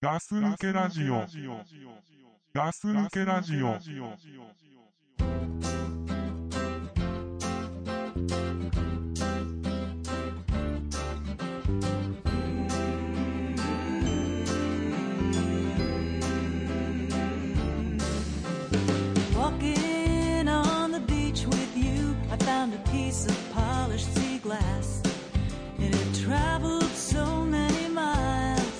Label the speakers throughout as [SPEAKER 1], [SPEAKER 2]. [SPEAKER 1] ガス抜けラジオ。ガス抜けラジオ。
[SPEAKER 2] Walking on the beach with you, I found a piece of polished sea glass. It had traveled so many miles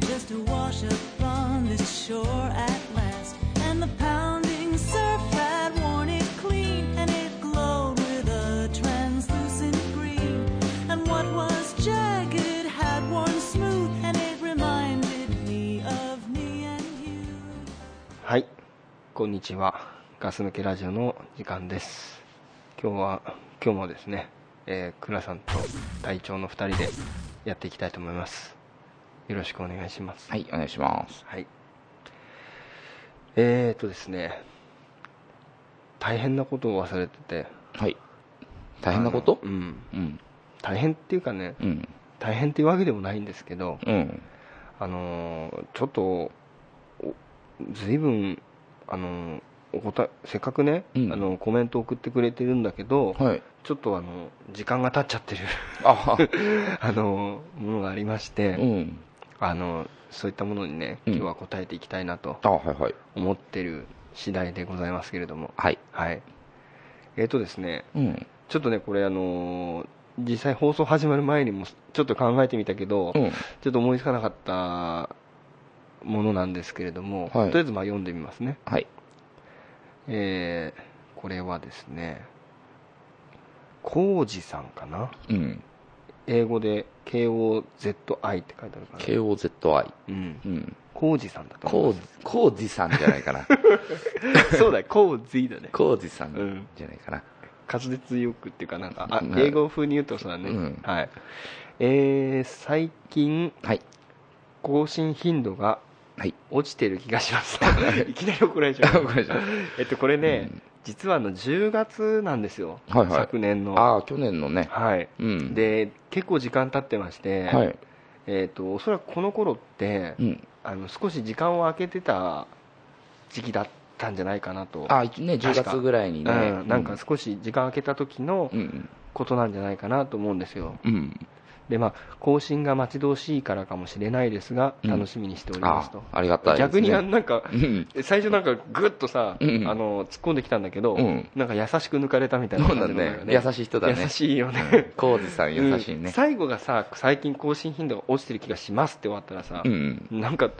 [SPEAKER 2] just to wash up on this shore at last. And the pounding surf had worn it clean, and it glowed with a translucent green. And what was jagged had worn smooth, and it reminded me of me and you.
[SPEAKER 3] はい、こんにちは。ガス抜けラジオの時間です。今日は、今日もですね、えー、倉さんと隊長の2人でやっていきたいと思います。よろしくお願いします。
[SPEAKER 4] はい、お願いします。
[SPEAKER 3] はい。えーとですね、大変なことを忘れてて。
[SPEAKER 4] はい。大変なこと
[SPEAKER 3] あのうん。
[SPEAKER 4] うん。
[SPEAKER 3] 大変っていうかね、
[SPEAKER 4] うん。
[SPEAKER 3] 大変っていうわけでもないんですけど、
[SPEAKER 4] うん。
[SPEAKER 3] あのーちょっと、おずいぶん、あのーおこたせっかくね、
[SPEAKER 4] うん
[SPEAKER 3] あのコメント送ってくれてるんだけど、
[SPEAKER 4] はい。
[SPEAKER 3] ちょっとあの時間が経っちゃってる
[SPEAKER 4] あ、
[SPEAKER 3] あのーものがありまして、
[SPEAKER 4] うん。
[SPEAKER 3] あのそういったものにね
[SPEAKER 4] うん
[SPEAKER 3] 今日は答えていきたいなと
[SPEAKER 4] あ、はいはい。
[SPEAKER 3] 思ってる次第でございますけれども、
[SPEAKER 4] はい。
[SPEAKER 3] はいえーとですね
[SPEAKER 4] うん。
[SPEAKER 3] ちょっとねこれあのー実際放送始まる前にもちょっと考えてみたけど、
[SPEAKER 4] うん。
[SPEAKER 3] ちょっと思いつかなかったものなんですけれども、
[SPEAKER 4] は
[SPEAKER 3] と
[SPEAKER 4] い
[SPEAKER 3] りあえずまあ読んでみますね、
[SPEAKER 4] はい。
[SPEAKER 3] えーこれはですねコウジさんかな
[SPEAKER 4] うん。
[SPEAKER 3] 英語で KOZI って書いてあるから、ね
[SPEAKER 4] KOZI。
[SPEAKER 3] うん
[SPEAKER 4] う、ん。
[SPEAKER 3] コウジさんだと
[SPEAKER 4] コ
[SPEAKER 3] 思
[SPEAKER 4] ウ
[SPEAKER 3] いま、
[SPEAKER 4] コウジさんじゃない かな。
[SPEAKER 3] す そうだコウジだね
[SPEAKER 4] コウジさ
[SPEAKER 3] うんん
[SPEAKER 4] じゃないかな。
[SPEAKER 3] 滑舌よくっていうかなんかあ
[SPEAKER 4] うん
[SPEAKER 3] 英語風に言うとそうだね、
[SPEAKER 4] うん
[SPEAKER 3] はいえー最近
[SPEAKER 4] はい。
[SPEAKER 3] 更新頻度が
[SPEAKER 4] はい。
[SPEAKER 3] 落ちてる気がします いきなり怒られちゃう
[SPEAKER 4] ごめんなさい
[SPEAKER 3] えっとこれね、
[SPEAKER 4] うん
[SPEAKER 3] 実はあの10月なんですよ、
[SPEAKER 4] はいはい
[SPEAKER 3] 昨年の。
[SPEAKER 4] ああ、去年のね。
[SPEAKER 3] はい、
[SPEAKER 4] うん。、
[SPEAKER 3] で結構時間経ってまして、
[SPEAKER 4] はい。
[SPEAKER 3] えっとおそらくこの頃って、
[SPEAKER 4] うん。
[SPEAKER 3] あの少し時間を空けてた時期だったんじゃないかなと、
[SPEAKER 4] ああ、ね、10
[SPEAKER 3] 確か
[SPEAKER 4] 月ぐらいにね。
[SPEAKER 3] うん、なんか少し時間空けた時の
[SPEAKER 4] うん。
[SPEAKER 3] ことなんじゃないかなと思うんですよ、
[SPEAKER 4] うん。
[SPEAKER 3] でまあ、更新が待ち遠しいからかもしれないですが、
[SPEAKER 4] うん
[SPEAKER 3] 楽しみにしておりま
[SPEAKER 4] あ
[SPEAKER 3] すと、
[SPEAKER 4] あ、ありがたいですね。
[SPEAKER 3] 逆にあのなんか、
[SPEAKER 4] うん。
[SPEAKER 3] 最初なんかぐっとさ、
[SPEAKER 4] うん
[SPEAKER 3] あの突っ込んできたんだけど、
[SPEAKER 4] うん
[SPEAKER 3] なんか優しく抜かれたみたいな
[SPEAKER 4] そう
[SPEAKER 3] 感
[SPEAKER 4] だ
[SPEAKER 3] じのなん
[SPEAKER 4] ね
[SPEAKER 3] か。ね
[SPEAKER 4] 優しい人だね。
[SPEAKER 3] 優しいよね、
[SPEAKER 4] コウジさん優しい
[SPEAKER 3] うん
[SPEAKER 4] ね。
[SPEAKER 3] 最後がさ最近更新頻度が落ちてる気がしますって終わったらさ
[SPEAKER 4] う、ん。
[SPEAKER 3] なんか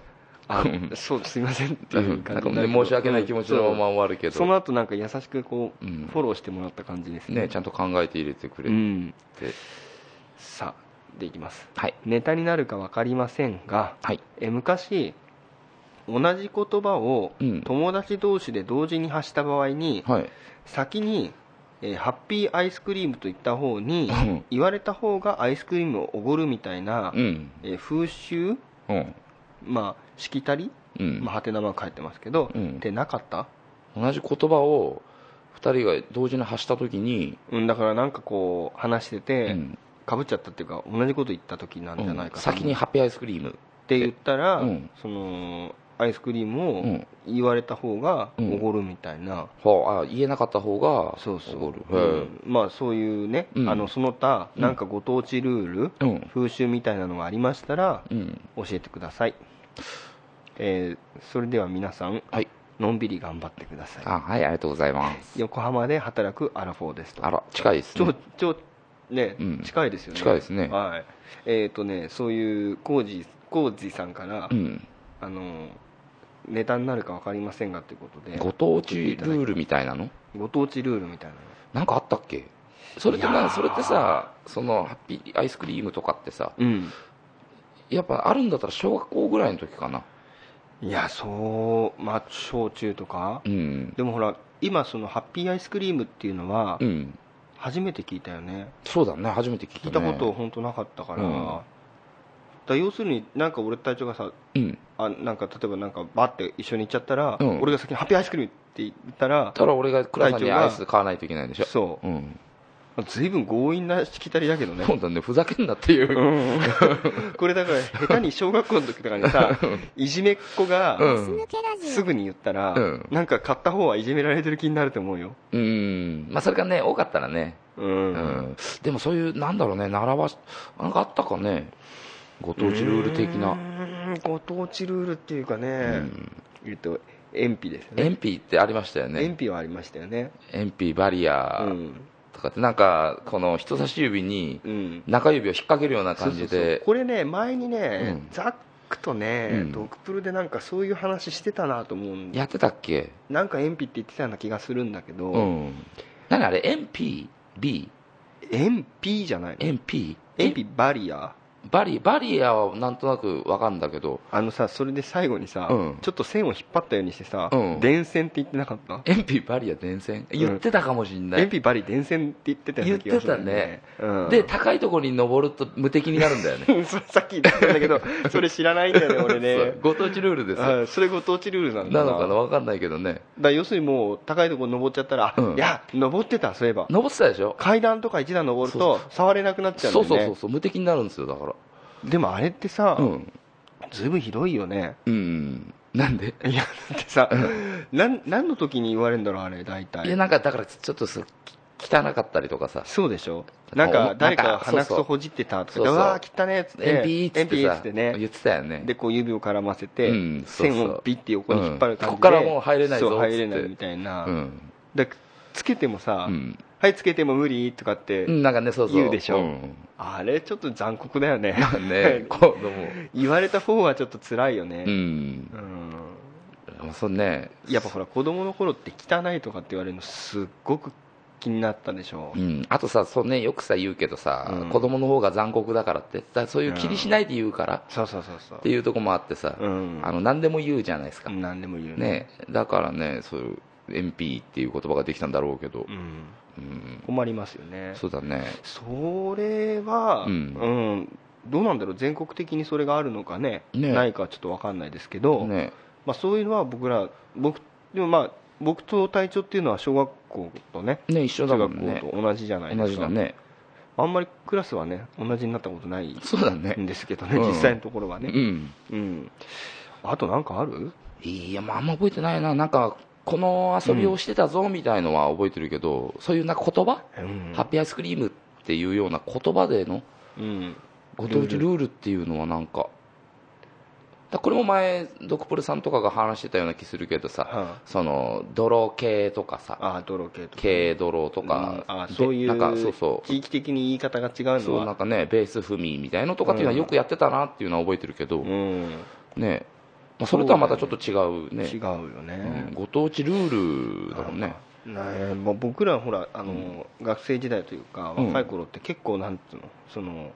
[SPEAKER 3] あ
[SPEAKER 4] うん
[SPEAKER 3] そうすいませんって
[SPEAKER 4] う
[SPEAKER 3] いうん
[SPEAKER 4] な
[SPEAKER 3] 感
[SPEAKER 4] ん
[SPEAKER 3] じ
[SPEAKER 4] か
[SPEAKER 3] になるけど
[SPEAKER 4] ね申し訳ない気持ちのまま終わるけ
[SPEAKER 3] うん
[SPEAKER 4] ど、
[SPEAKER 3] その後なんか優しくこう、
[SPEAKER 4] うん
[SPEAKER 3] フォローしてもらった感じですね
[SPEAKER 4] ね、ちゃんと考えて入れてく
[SPEAKER 3] う
[SPEAKER 4] れて、
[SPEAKER 3] んさあでいきます
[SPEAKER 4] はい、
[SPEAKER 3] ネタになるか分かりませんが
[SPEAKER 4] はい、
[SPEAKER 3] え昔同じ言葉を
[SPEAKER 4] うん、
[SPEAKER 3] 友達同士で同時に発した場合に
[SPEAKER 4] はい、
[SPEAKER 3] 先に、えーハッピーアイスクリームと言った方に
[SPEAKER 4] うん
[SPEAKER 3] 言われた方がアイスクリームをおごるみたいな、
[SPEAKER 4] うん、
[SPEAKER 3] えー風習
[SPEAKER 4] うん、
[SPEAKER 3] まあしきたり、
[SPEAKER 4] うん
[SPEAKER 3] まあ、はてなま書いてますけど、
[SPEAKER 4] うん
[SPEAKER 3] ってなかった、
[SPEAKER 4] 同じ言葉を二人が同時に発したときに、
[SPEAKER 3] うん、だからなんかこう話して
[SPEAKER 4] う
[SPEAKER 3] て、
[SPEAKER 4] ん
[SPEAKER 3] かぶっちゃったっていうか同じこと言った時なんじゃないかな、
[SPEAKER 4] 先に
[SPEAKER 3] っ
[SPEAKER 4] ハッピーアイスクリーム、
[SPEAKER 3] て言ったら、
[SPEAKER 4] うん
[SPEAKER 3] そのアイスクリー
[SPEAKER 4] う
[SPEAKER 3] ムを
[SPEAKER 4] ん、
[SPEAKER 3] 言われた方が
[SPEAKER 4] うん
[SPEAKER 3] おごるみたいな、
[SPEAKER 4] はあ、あ言えなかった方が、
[SPEAKER 3] そうそう、
[SPEAKER 4] おごる
[SPEAKER 3] うんまあ、そういうね、
[SPEAKER 4] うん
[SPEAKER 3] あのその他
[SPEAKER 4] うん
[SPEAKER 3] なんかご当地ルール、
[SPEAKER 4] へえうん、
[SPEAKER 3] 風習みたいなのがありましたら
[SPEAKER 4] うん、
[SPEAKER 3] 教えてください、えーそれでは皆さん
[SPEAKER 4] はい、
[SPEAKER 3] のんびり頑張ってください
[SPEAKER 4] あはい、ありがとうございます。
[SPEAKER 3] 横浜で働くアラフォーですと
[SPEAKER 4] あら、近いです
[SPEAKER 3] 超
[SPEAKER 4] ね。
[SPEAKER 3] 超ね、
[SPEAKER 4] うん
[SPEAKER 3] 近いですよね
[SPEAKER 4] 近いですね
[SPEAKER 3] はいえっ、とねそういうコージコージさんから、
[SPEAKER 4] うん、
[SPEAKER 3] あのネタになるか分かりませんがということで
[SPEAKER 4] ご当地ルールみたいなの
[SPEAKER 3] ご当地ルールみたいなの
[SPEAKER 4] なんかあったっけそれって
[SPEAKER 3] いやー
[SPEAKER 4] なそれってさそのハッピーアイスクリームとかってさ
[SPEAKER 3] うん
[SPEAKER 4] やっぱあるんだったら小学校ぐらいの時かない
[SPEAKER 3] やそうまあ小中とか、
[SPEAKER 4] うん
[SPEAKER 3] でもほら今そのハッピーアイスクリームっていうのは
[SPEAKER 4] うん
[SPEAKER 3] 初めて聞いたよね、
[SPEAKER 4] そうだね初めて聞いた、ね、
[SPEAKER 3] 聞いたこと本当なかったから,、
[SPEAKER 4] うん
[SPEAKER 3] だから要するになんか俺隊長がさ
[SPEAKER 4] うん
[SPEAKER 3] あなんか例えばなんかバッて一緒に行っちゃったら、
[SPEAKER 4] うん
[SPEAKER 3] 俺が先にハッピーアイスクリームって言ったら
[SPEAKER 4] ただ俺が倉さん
[SPEAKER 3] 隊
[SPEAKER 4] に
[SPEAKER 3] 長が
[SPEAKER 4] アイス買わないといけないんでしょ
[SPEAKER 3] そう
[SPEAKER 4] うん
[SPEAKER 3] ずいぶん強引なしきたりだけどね
[SPEAKER 4] そうだねふざけんなっていう、
[SPEAKER 3] これだから下手に小学校の時とかにさいじめっ子が
[SPEAKER 4] うん
[SPEAKER 3] すぐに言ったら、
[SPEAKER 4] うん
[SPEAKER 3] なんか買った方はいじめられてる気になると思うよ、
[SPEAKER 4] うんまあ、それがね多かったらね、
[SPEAKER 3] うん
[SPEAKER 4] うんでもそういうなんだろうね習わしなんかあったかねご当地ルール的
[SPEAKER 3] う
[SPEAKER 4] な、
[SPEAKER 3] ーんご当地ルールっていうかね、
[SPEAKER 4] うん、
[SPEAKER 3] えっと鉛筆ですよね
[SPEAKER 4] 鉛筆ってありましたよね
[SPEAKER 3] 鉛筆はありましたよね
[SPEAKER 4] 鉛筆バリ
[SPEAKER 3] う
[SPEAKER 4] ア
[SPEAKER 3] ん、
[SPEAKER 4] とかってなんかこの人差し指に
[SPEAKER 3] うん、
[SPEAKER 4] 中指を引っ掛けるような感じ
[SPEAKER 3] そうそうそう
[SPEAKER 4] で
[SPEAKER 3] これね前にね、
[SPEAKER 4] うん
[SPEAKER 3] ザックとね、
[SPEAKER 4] うん
[SPEAKER 3] ドクプルでなんかそういう話してたなと思うん
[SPEAKER 4] やってたっけ
[SPEAKER 3] なんか鉛筆って言ってたような気がするんだけど、
[SPEAKER 4] うん何あれ MPB
[SPEAKER 3] 鉛筆じゃないの
[SPEAKER 4] MP
[SPEAKER 3] 鉛筆バリア
[SPEAKER 4] バリバリアはなんとなくわかんだけど
[SPEAKER 3] あのさそれで最後にさ、
[SPEAKER 4] うん
[SPEAKER 3] ちょっと線を引っ張ったようにしてさ、
[SPEAKER 4] うん
[SPEAKER 3] 電線って言ってなかった
[SPEAKER 4] 鉛筆バリア伝線
[SPEAKER 3] ん
[SPEAKER 4] 言ってたかもしんない、
[SPEAKER 3] 鉛筆バリ電線って言ってたような気がするんだようん
[SPEAKER 4] で高いところに登ると無敵になるんだよね
[SPEAKER 3] それさっき言ったんだけ どそれ知らないんだよね俺ね
[SPEAKER 4] そうご当地ルールですよ
[SPEAKER 3] あそれご当地ルールなんだ
[SPEAKER 4] なのかなわかんないけど
[SPEAKER 3] だ
[SPEAKER 4] ね
[SPEAKER 3] から要するにもう高いところ登っちゃったら、
[SPEAKER 4] うん
[SPEAKER 3] いや登ってたそういえば
[SPEAKER 4] 登ってたでしょ
[SPEAKER 3] 階段とか一段登ると触れなくなっちゃうんだよ
[SPEAKER 4] そう
[SPEAKER 3] ね
[SPEAKER 4] そうそうそう無敵になるんですよだか
[SPEAKER 3] でもあれってさ、
[SPEAKER 4] らうん
[SPEAKER 3] ずいぶんひどいよね
[SPEAKER 4] うんなんで
[SPEAKER 3] いやだってさなん何の時に言われるんだろうあれ大
[SPEAKER 4] いや
[SPEAKER 3] 体
[SPEAKER 4] なんかだからちょっとす汚かったりとかさ
[SPEAKER 3] そうでしょなんか誰
[SPEAKER 4] なん
[SPEAKER 3] か
[SPEAKER 4] かそうそう
[SPEAKER 3] 鼻くそほじってたとか
[SPEAKER 4] そうそう
[SPEAKER 3] うわー汚ねえっつって
[SPEAKER 4] 鉛筆っつって
[SPEAKER 3] 鉛筆
[SPEAKER 4] さ
[SPEAKER 3] っつってね
[SPEAKER 4] 言ってたよね
[SPEAKER 3] でこう指を絡ませて、
[SPEAKER 4] うんそうそう
[SPEAKER 3] 線をビッて横に引っ張る感じで、
[SPEAKER 4] うんここからもう入れないぞ
[SPEAKER 3] そう
[SPEAKER 4] っつって
[SPEAKER 3] 入れないみたいな、
[SPEAKER 4] うん
[SPEAKER 3] だからつけてもさ、
[SPEAKER 4] うん
[SPEAKER 3] はいつけても無理とかって、
[SPEAKER 4] うんなんかねそうそう
[SPEAKER 3] 言うでしょ
[SPEAKER 4] ん
[SPEAKER 3] あれちょっと残酷だよね
[SPEAKER 4] まあ ね子供
[SPEAKER 3] 言われた方はちょっと辛いよ
[SPEAKER 4] う
[SPEAKER 3] ね、
[SPEAKER 4] ん
[SPEAKER 3] うん
[SPEAKER 4] まあそうね
[SPEAKER 3] やっぱほら子供の頃って汚いとかって言われるのすっごく気になったでしょ
[SPEAKER 4] うん、あとさそう、ね、よくさ言うけどさ、
[SPEAKER 3] うん
[SPEAKER 4] 子供の方が残酷だからってだからそういう気にしないで言うから
[SPEAKER 3] そうそうそうそう
[SPEAKER 4] っていうとこもあってさ、
[SPEAKER 3] うん
[SPEAKER 4] あの何でも言うじゃないですか、
[SPEAKER 3] 何でも言う
[SPEAKER 4] ね、だからねそういう MP っていう言葉ができたんだろうけど
[SPEAKER 3] う、ん
[SPEAKER 4] うん
[SPEAKER 3] 困りますよね
[SPEAKER 4] そうだね
[SPEAKER 3] それは、う
[SPEAKER 4] う
[SPEAKER 3] んんどうなんだろう全国的にそれがあるのかね
[SPEAKER 4] ね
[SPEAKER 3] ないかちょっと分かんないですけど、
[SPEAKER 4] ね
[SPEAKER 3] まあ、そういうのは僕ら僕でもまあ僕と隊長っていうのは小学校とね
[SPEAKER 4] ね一緒
[SPEAKER 3] 中
[SPEAKER 4] だも
[SPEAKER 3] 学
[SPEAKER 4] んね
[SPEAKER 3] 校と同じじゃないで
[SPEAKER 4] 同
[SPEAKER 3] す
[SPEAKER 4] じ
[SPEAKER 3] か、
[SPEAKER 4] だね
[SPEAKER 3] あんまりクラスはね同じになったことない
[SPEAKER 4] そうだね
[SPEAKER 3] んですけどね、
[SPEAKER 4] うん
[SPEAKER 3] 実際のところは
[SPEAKER 4] う
[SPEAKER 3] ね、
[SPEAKER 4] ん
[SPEAKER 3] うん、あとなんかある
[SPEAKER 4] いや、まあ、あんま覚えてないななんかこの遊びをしてたぞみたいのは覚えてるけど、そういうなんか言葉、
[SPEAKER 3] うん
[SPEAKER 4] ハッピーアイスクリームっていうような言葉での
[SPEAKER 3] うん
[SPEAKER 4] ご当地ルールっていうのはなんかだこれも前ドクプルさんとかが話してたような気するけどさ、
[SPEAKER 3] は
[SPEAKER 4] その泥系とかさ
[SPEAKER 3] あ、あ泥系とか
[SPEAKER 4] 軽泥とか、
[SPEAKER 3] うんあ
[SPEAKER 4] で
[SPEAKER 3] そうい
[SPEAKER 4] なんかそう
[SPEAKER 3] う
[SPEAKER 4] そう
[SPEAKER 3] 地域的に言い方が違うの
[SPEAKER 4] そうなん
[SPEAKER 3] は
[SPEAKER 4] かねベース踏みみたいのとかっていうのはよくやってたなっていうのは覚えてるけど、
[SPEAKER 3] うん
[SPEAKER 4] ねまあ、それとはまたちょっと違うね
[SPEAKER 3] 違うよ
[SPEAKER 4] うん
[SPEAKER 3] ね、
[SPEAKER 4] ご当地ルールだもんね
[SPEAKER 3] ねまあ僕らほらあの、学生時代というか
[SPEAKER 4] うん
[SPEAKER 3] 若い頃って結構なんつうのその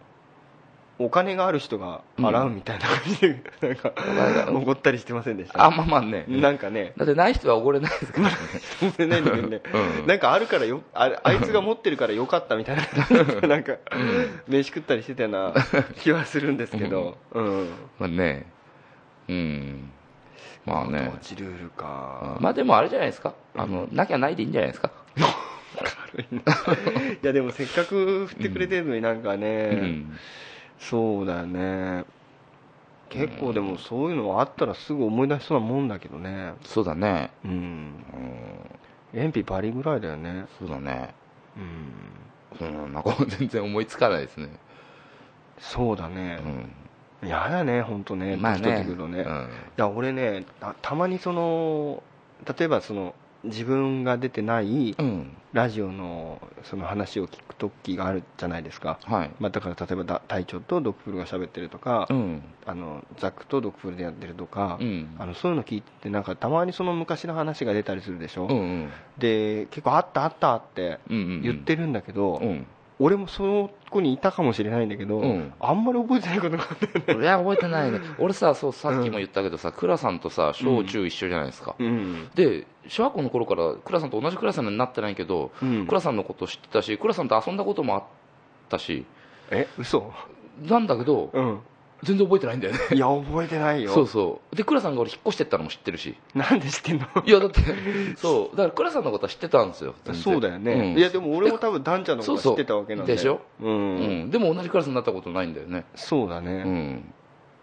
[SPEAKER 3] お金がある人が払うみたいな感じで、 なんか怒ったりしてませんでした
[SPEAKER 4] あまあまあね
[SPEAKER 3] なんかね
[SPEAKER 4] だってない人はおごれないですからね
[SPEAKER 3] 全然ないんだけどね、
[SPEAKER 4] うん
[SPEAKER 3] なんかあるからよあれあいつが持ってるからよかったみたいななんか飯食ったりしてたような 気はするんですけど、うん、
[SPEAKER 4] まあねうんまあね
[SPEAKER 3] ご当地ルールか、
[SPEAKER 4] まあでもあれじゃないですかあのなきゃないでいいんじゃないですか
[SPEAKER 3] いやでもせっかく振ってくれてるのになんかね、
[SPEAKER 4] うん
[SPEAKER 3] そうだよね結構でもそういうのあったらすぐ思い出しそうなもんだけどね
[SPEAKER 4] そうだね
[SPEAKER 3] うん
[SPEAKER 4] うん
[SPEAKER 3] 鉛筆バリぐらいだよね
[SPEAKER 4] そうだね
[SPEAKER 3] うん
[SPEAKER 4] うんなんか全然思いつかないですね
[SPEAKER 3] そうだ
[SPEAKER 4] う
[SPEAKER 3] ね、
[SPEAKER 4] ん
[SPEAKER 3] いやだね本当ね
[SPEAKER 4] まあ
[SPEAKER 3] 年取っ
[SPEAKER 4] ね
[SPEAKER 3] てくるとね、
[SPEAKER 4] う
[SPEAKER 3] い
[SPEAKER 4] ん
[SPEAKER 3] や俺ねたたまにその例えばその自分が出てない
[SPEAKER 4] うん
[SPEAKER 3] ラジオのその話を聞く時があるじゃないですか、
[SPEAKER 4] はい
[SPEAKER 3] まあ、だから例えばだ隊長とドクプルが喋ってるとか、
[SPEAKER 4] うん
[SPEAKER 3] あのザックとドクプルでやってるとか、
[SPEAKER 4] うん
[SPEAKER 3] あのそういうの聞いててなんかたまにその昔の話が出たりするでしょ、
[SPEAKER 4] うんうん
[SPEAKER 3] で結構あったあったって
[SPEAKER 4] うんうん
[SPEAKER 3] 言ってるんだけど、
[SPEAKER 4] うん
[SPEAKER 3] 俺もその子にいたかもしれないんだけど、
[SPEAKER 4] うん
[SPEAKER 3] あんまり覚えてない ことがあって
[SPEAKER 4] 俺は覚えてないね俺さそうさっきも言ったけどさ倉さんとさ小中一緒じゃないですか
[SPEAKER 3] うん、
[SPEAKER 4] で小学校の頃から倉さんと同じ倉さんになってないけど
[SPEAKER 3] うん、
[SPEAKER 4] 倉さんのこと知ってたし倉さんと遊んだこともあったし
[SPEAKER 3] え嘘
[SPEAKER 4] なんだけど
[SPEAKER 3] うん
[SPEAKER 4] 全然覚えてないんだよね
[SPEAKER 3] いや覚えてないよ
[SPEAKER 4] そうそうで倉さんが俺引っ越してったのも知ってるし
[SPEAKER 3] なんで知ってんの
[SPEAKER 4] いやだって そうだから倉さんのことは知ってたんですよ全然
[SPEAKER 3] そうだよね、
[SPEAKER 4] うん
[SPEAKER 3] いやでも俺も多分ダンちゃんのことは知ってたわけなんだよ
[SPEAKER 4] でしょ、
[SPEAKER 3] うん
[SPEAKER 4] うん、でも同じクラスになったことないんだよね
[SPEAKER 3] そうだね、
[SPEAKER 4] うん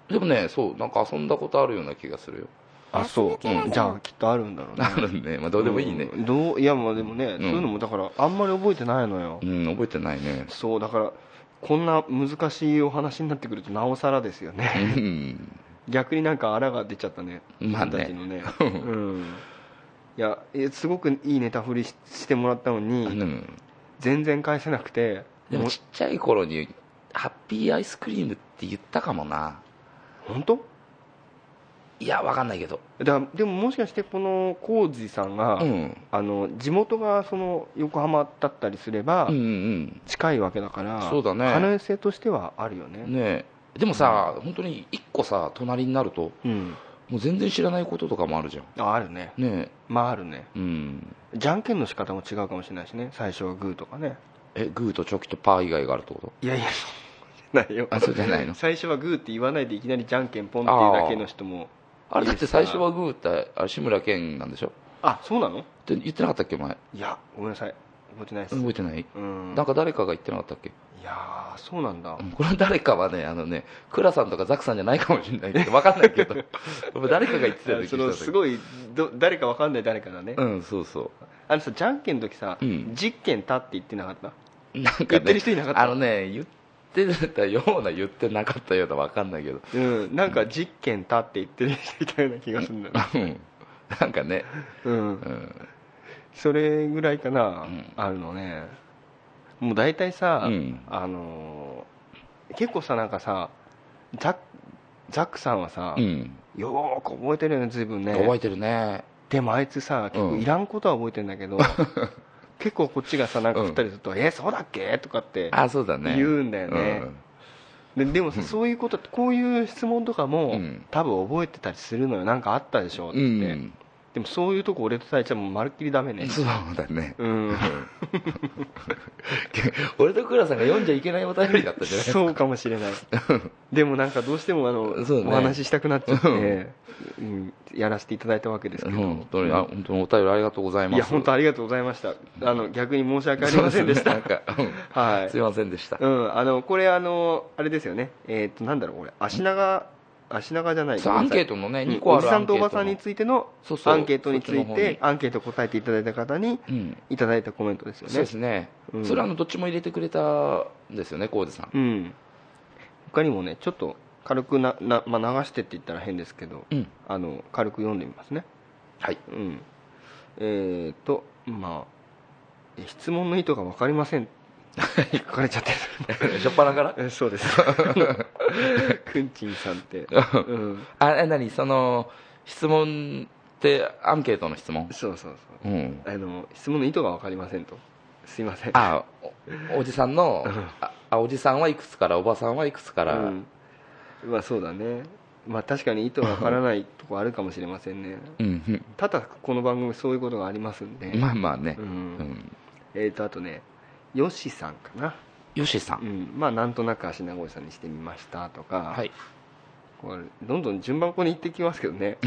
[SPEAKER 4] でもねそうなんか遊んだことあるような気がするよ
[SPEAKER 3] あそう、
[SPEAKER 4] うん
[SPEAKER 3] じゃあきっとあるんだろうね
[SPEAKER 4] あるねまあどうでもいいね
[SPEAKER 3] うんどういやまあでもね、そういうのもだからあんまり覚えてないのよ、
[SPEAKER 4] うん、覚えてないね
[SPEAKER 3] そうだからこんな難しいお話になってくるとなおさらですよ
[SPEAKER 4] う
[SPEAKER 3] ね、
[SPEAKER 4] ん
[SPEAKER 3] 逆になんかあらが出ちゃったね
[SPEAKER 4] まあね
[SPEAKER 3] 俺たちの ね、うん、いやえすごくいいネタ振りししてもらったの
[SPEAKER 4] う
[SPEAKER 3] に
[SPEAKER 4] ん
[SPEAKER 3] 全然返せなくて
[SPEAKER 4] で
[SPEAKER 3] もう
[SPEAKER 4] もちっちゃい頃にハッピーアイスクリームって言ったかもな
[SPEAKER 3] 本当
[SPEAKER 4] いやわかんないけど
[SPEAKER 3] だからでももしかしてこの浩二さんが、
[SPEAKER 4] うん
[SPEAKER 3] あの地元がその横浜だったりすれば
[SPEAKER 4] うんうん
[SPEAKER 3] 近いわけだから、
[SPEAKER 4] そうだね
[SPEAKER 3] 可能性としてはあるよね
[SPEAKER 4] ねえでもさ、本当に一個さ隣になると
[SPEAKER 3] うん
[SPEAKER 4] もう全然知らないこととかもあるじゃん
[SPEAKER 3] ああるね
[SPEAKER 4] ね
[SPEAKER 3] まああるね
[SPEAKER 4] えうん
[SPEAKER 3] じゃんけんの仕方も違うかもしれないしね最初はグーとかね
[SPEAKER 4] えグーとチョキとパー以外があるってこと
[SPEAKER 3] いやいやそうじゃないよ
[SPEAKER 4] あそうじゃないの
[SPEAKER 3] 最初はグーって言わないでいきなりじゃんけんポンっていうだけの人も
[SPEAKER 4] あれ
[SPEAKER 3] いい
[SPEAKER 4] だ
[SPEAKER 3] で
[SPEAKER 4] っ
[SPEAKER 3] す
[SPEAKER 4] て
[SPEAKER 3] か
[SPEAKER 4] 最初はグーってあれ志村けんなんでしょ
[SPEAKER 3] あそうなの
[SPEAKER 4] って言ってなかったっけ前
[SPEAKER 3] いやごめんなさい覚えてないです
[SPEAKER 4] 覚えてない
[SPEAKER 3] うん
[SPEAKER 4] なんか誰かが言ってなかったっけ
[SPEAKER 3] いやーそうなんだ
[SPEAKER 4] これは誰かはねあのね倉さんとかザクさんじゃないかもしれないけど分かんない けど誰かが言ってたような気
[SPEAKER 3] そ
[SPEAKER 4] が
[SPEAKER 3] の
[SPEAKER 4] した
[SPEAKER 3] す
[SPEAKER 4] い
[SPEAKER 3] ごいど誰かわかんない誰かだね、
[SPEAKER 4] うんそうそ
[SPEAKER 3] あのさじゃんけんの時さ、
[SPEAKER 4] うん
[SPEAKER 3] 実験たって言ってなかった
[SPEAKER 4] うなんか、ね、
[SPEAKER 3] 言ってる人いなかった
[SPEAKER 4] あのね言ってたような言ってなかったような分かんないけど
[SPEAKER 3] うん、なんか実験たって言ってる人いたような気がするんだよ、
[SPEAKER 4] うんなんかね、
[SPEAKER 3] うん
[SPEAKER 4] う、ん、
[SPEAKER 3] それぐらいかな、
[SPEAKER 4] うん
[SPEAKER 3] あるのねもう大体さ、
[SPEAKER 4] うん
[SPEAKER 3] あのー結構さなんかさザックザックさんはさ、
[SPEAKER 4] うん、
[SPEAKER 3] よーく覚えてるよね随分ね
[SPEAKER 4] 覚えてるね
[SPEAKER 3] でもあいつさ結構いらんことは覚えてるんだけ ど、結構こっちがさなんか振ったりすると「えそうだっけ?」とかって
[SPEAKER 4] あそうだね
[SPEAKER 3] 言うんだよねででもさそういうことこういう質問とかも、
[SPEAKER 4] うん
[SPEAKER 3] 多分覚えてたりするのよなんかあったでしょっ
[SPEAKER 4] う
[SPEAKER 3] て、
[SPEAKER 4] ん、
[SPEAKER 3] でもそういうとこ俺と大ちゃんもうまるっきりダメ
[SPEAKER 4] う
[SPEAKER 3] ね
[SPEAKER 4] んそうだね
[SPEAKER 3] うん
[SPEAKER 4] 俺と倉さんが読んじゃいけないお便りだったじゃない
[SPEAKER 3] そうかもしれないでもなんかどうしてもあの、
[SPEAKER 4] そうね
[SPEAKER 3] お話ししたくなっちゃって、うん、やらせていただいたわけですけど、
[SPEAKER 4] 本当にあ本当にお便りありがとうございます
[SPEAKER 3] いや本当ありがとうございましたあの逆に申し訳ありませんでした
[SPEAKER 4] そうすねなんか、うん
[SPEAKER 3] はい
[SPEAKER 4] すいませんでした、
[SPEAKER 3] うん、あのこれあのあれですよねえっ、となんだろうこれ足長足長じゃない
[SPEAKER 4] そうアンケートのね
[SPEAKER 3] に
[SPEAKER 4] 2個あ
[SPEAKER 3] おじ
[SPEAKER 4] る
[SPEAKER 3] さ
[SPEAKER 4] ア
[SPEAKER 3] ん
[SPEAKER 4] ン
[SPEAKER 3] と
[SPEAKER 4] ケートの
[SPEAKER 3] おばさんについての
[SPEAKER 4] そうそう
[SPEAKER 3] アンケートにつ
[SPEAKER 4] そっ
[SPEAKER 3] い
[SPEAKER 4] ちの方
[SPEAKER 3] て
[SPEAKER 4] に
[SPEAKER 3] アンケート答えていただいた方に
[SPEAKER 4] うん
[SPEAKER 3] いただいたコメントですよね
[SPEAKER 4] そうですね、
[SPEAKER 3] うん
[SPEAKER 4] それあのどっちも入れてくれたんですよね浩二さん
[SPEAKER 3] うん他にもねちょっと軽くなな、まあ、流してって言ったら変ですけど、
[SPEAKER 4] うん
[SPEAKER 3] あの軽く読んでみますね
[SPEAKER 4] はい
[SPEAKER 3] うんえっ、とまあえ質問の意図が分かりま せん書かれちゃってる
[SPEAKER 4] 初っ端から
[SPEAKER 3] えそうです くんちんさんって、うん、
[SPEAKER 4] あえ何その質問ってアンケートの質問
[SPEAKER 3] そうそう
[SPEAKER 4] う
[SPEAKER 3] そ
[SPEAKER 4] ん
[SPEAKER 3] うあの質問の意図が分かりませんとすいません
[SPEAKER 4] あおおじさんのああおじさんはいくつからおばさんはいくつから、
[SPEAKER 3] うん、まあそうだねまあ確かに意図が分からないとこあるかもしれませんね
[SPEAKER 4] うん
[SPEAKER 3] ただこの番組そういうことがありますんで、
[SPEAKER 4] うんまあまあね、
[SPEAKER 3] うん
[SPEAKER 4] うん
[SPEAKER 3] えー、とあとねヨシさんかな、
[SPEAKER 4] よしさん、
[SPEAKER 3] うん、まあなんとなく足長おじさんにしてみましたとか、
[SPEAKER 4] はい
[SPEAKER 3] これどんどん順番ここに行ってきますけど ね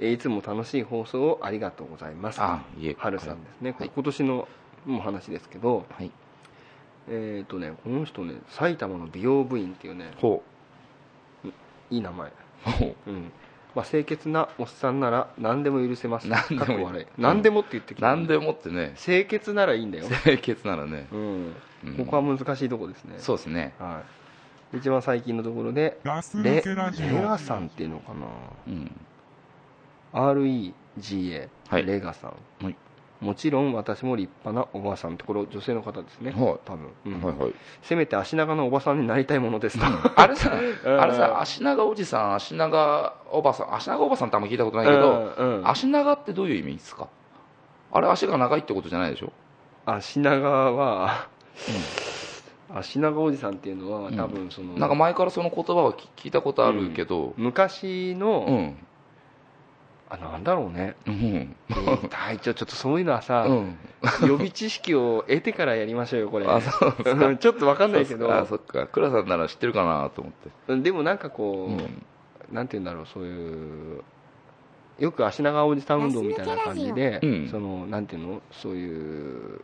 [SPEAKER 3] えーいつも楽しい放送をありがとうございます
[SPEAKER 4] あいえ
[SPEAKER 3] 春さんですね、
[SPEAKER 4] これはい
[SPEAKER 3] 今年のもう話ですけど
[SPEAKER 4] はい
[SPEAKER 3] えっ、とねこの人ね埼玉の美容部員っていうね
[SPEAKER 4] ほ
[SPEAKER 3] いい名前
[SPEAKER 4] うほう
[SPEAKER 3] うんまあ、清潔なおっさんなら何でも許せます
[SPEAKER 4] 何でも
[SPEAKER 3] かっこ悪い
[SPEAKER 4] うん
[SPEAKER 3] 何でもって言ってきた、
[SPEAKER 4] 何でもってね
[SPEAKER 3] 清潔ならいいんだよ、
[SPEAKER 4] 清潔ならね、
[SPEAKER 3] うん、
[SPEAKER 4] うん
[SPEAKER 3] ここは難しいとこですね、
[SPEAKER 4] そうですね、
[SPEAKER 3] はい、一番最近のところで
[SPEAKER 1] ガス
[SPEAKER 3] レ
[SPEAKER 1] 抜けラジオ
[SPEAKER 3] レガさんっていうのかな
[SPEAKER 4] うん、
[SPEAKER 3] REGA、
[SPEAKER 4] はい
[SPEAKER 3] レガさん、
[SPEAKER 4] はい
[SPEAKER 3] もちろん私も立派なおばあさんってこれ女性の方ですね、
[SPEAKER 4] はい
[SPEAKER 3] 多分、うん
[SPEAKER 4] はいはい
[SPEAKER 3] せめて足長のおばさんになりたいものですと、
[SPEAKER 4] あれさ、
[SPEAKER 3] うん
[SPEAKER 4] あれさ、足長おじさん、足長おばさん、足長おばさんってあんま聞いたことないけど、
[SPEAKER 3] うんうん
[SPEAKER 4] 足長ってどういう意味ですかあれ、足が長いってことじゃないでしょ
[SPEAKER 3] 足長は、足長おじさんっていうのは多分その、
[SPEAKER 4] なんか前からその言葉は聞聞いたことあるけど、
[SPEAKER 3] 昔
[SPEAKER 4] うん、
[SPEAKER 3] の、あなんだろうね
[SPEAKER 4] うん
[SPEAKER 3] 隊長ちょっとそういうのはさ、
[SPEAKER 4] うん
[SPEAKER 3] 予備知識を得てからやりましょうよこれ
[SPEAKER 4] あそうですか
[SPEAKER 3] うんちょっと分かんないけど
[SPEAKER 4] あそっか倉さんなら知ってるかなと思って
[SPEAKER 3] でもなんかこ
[SPEAKER 4] う
[SPEAKER 3] う、
[SPEAKER 4] ん
[SPEAKER 3] なんて言うんだろうそういうよく足長おじさん運動みたいな感じで、
[SPEAKER 4] うん
[SPEAKER 3] そのなんていうのそういう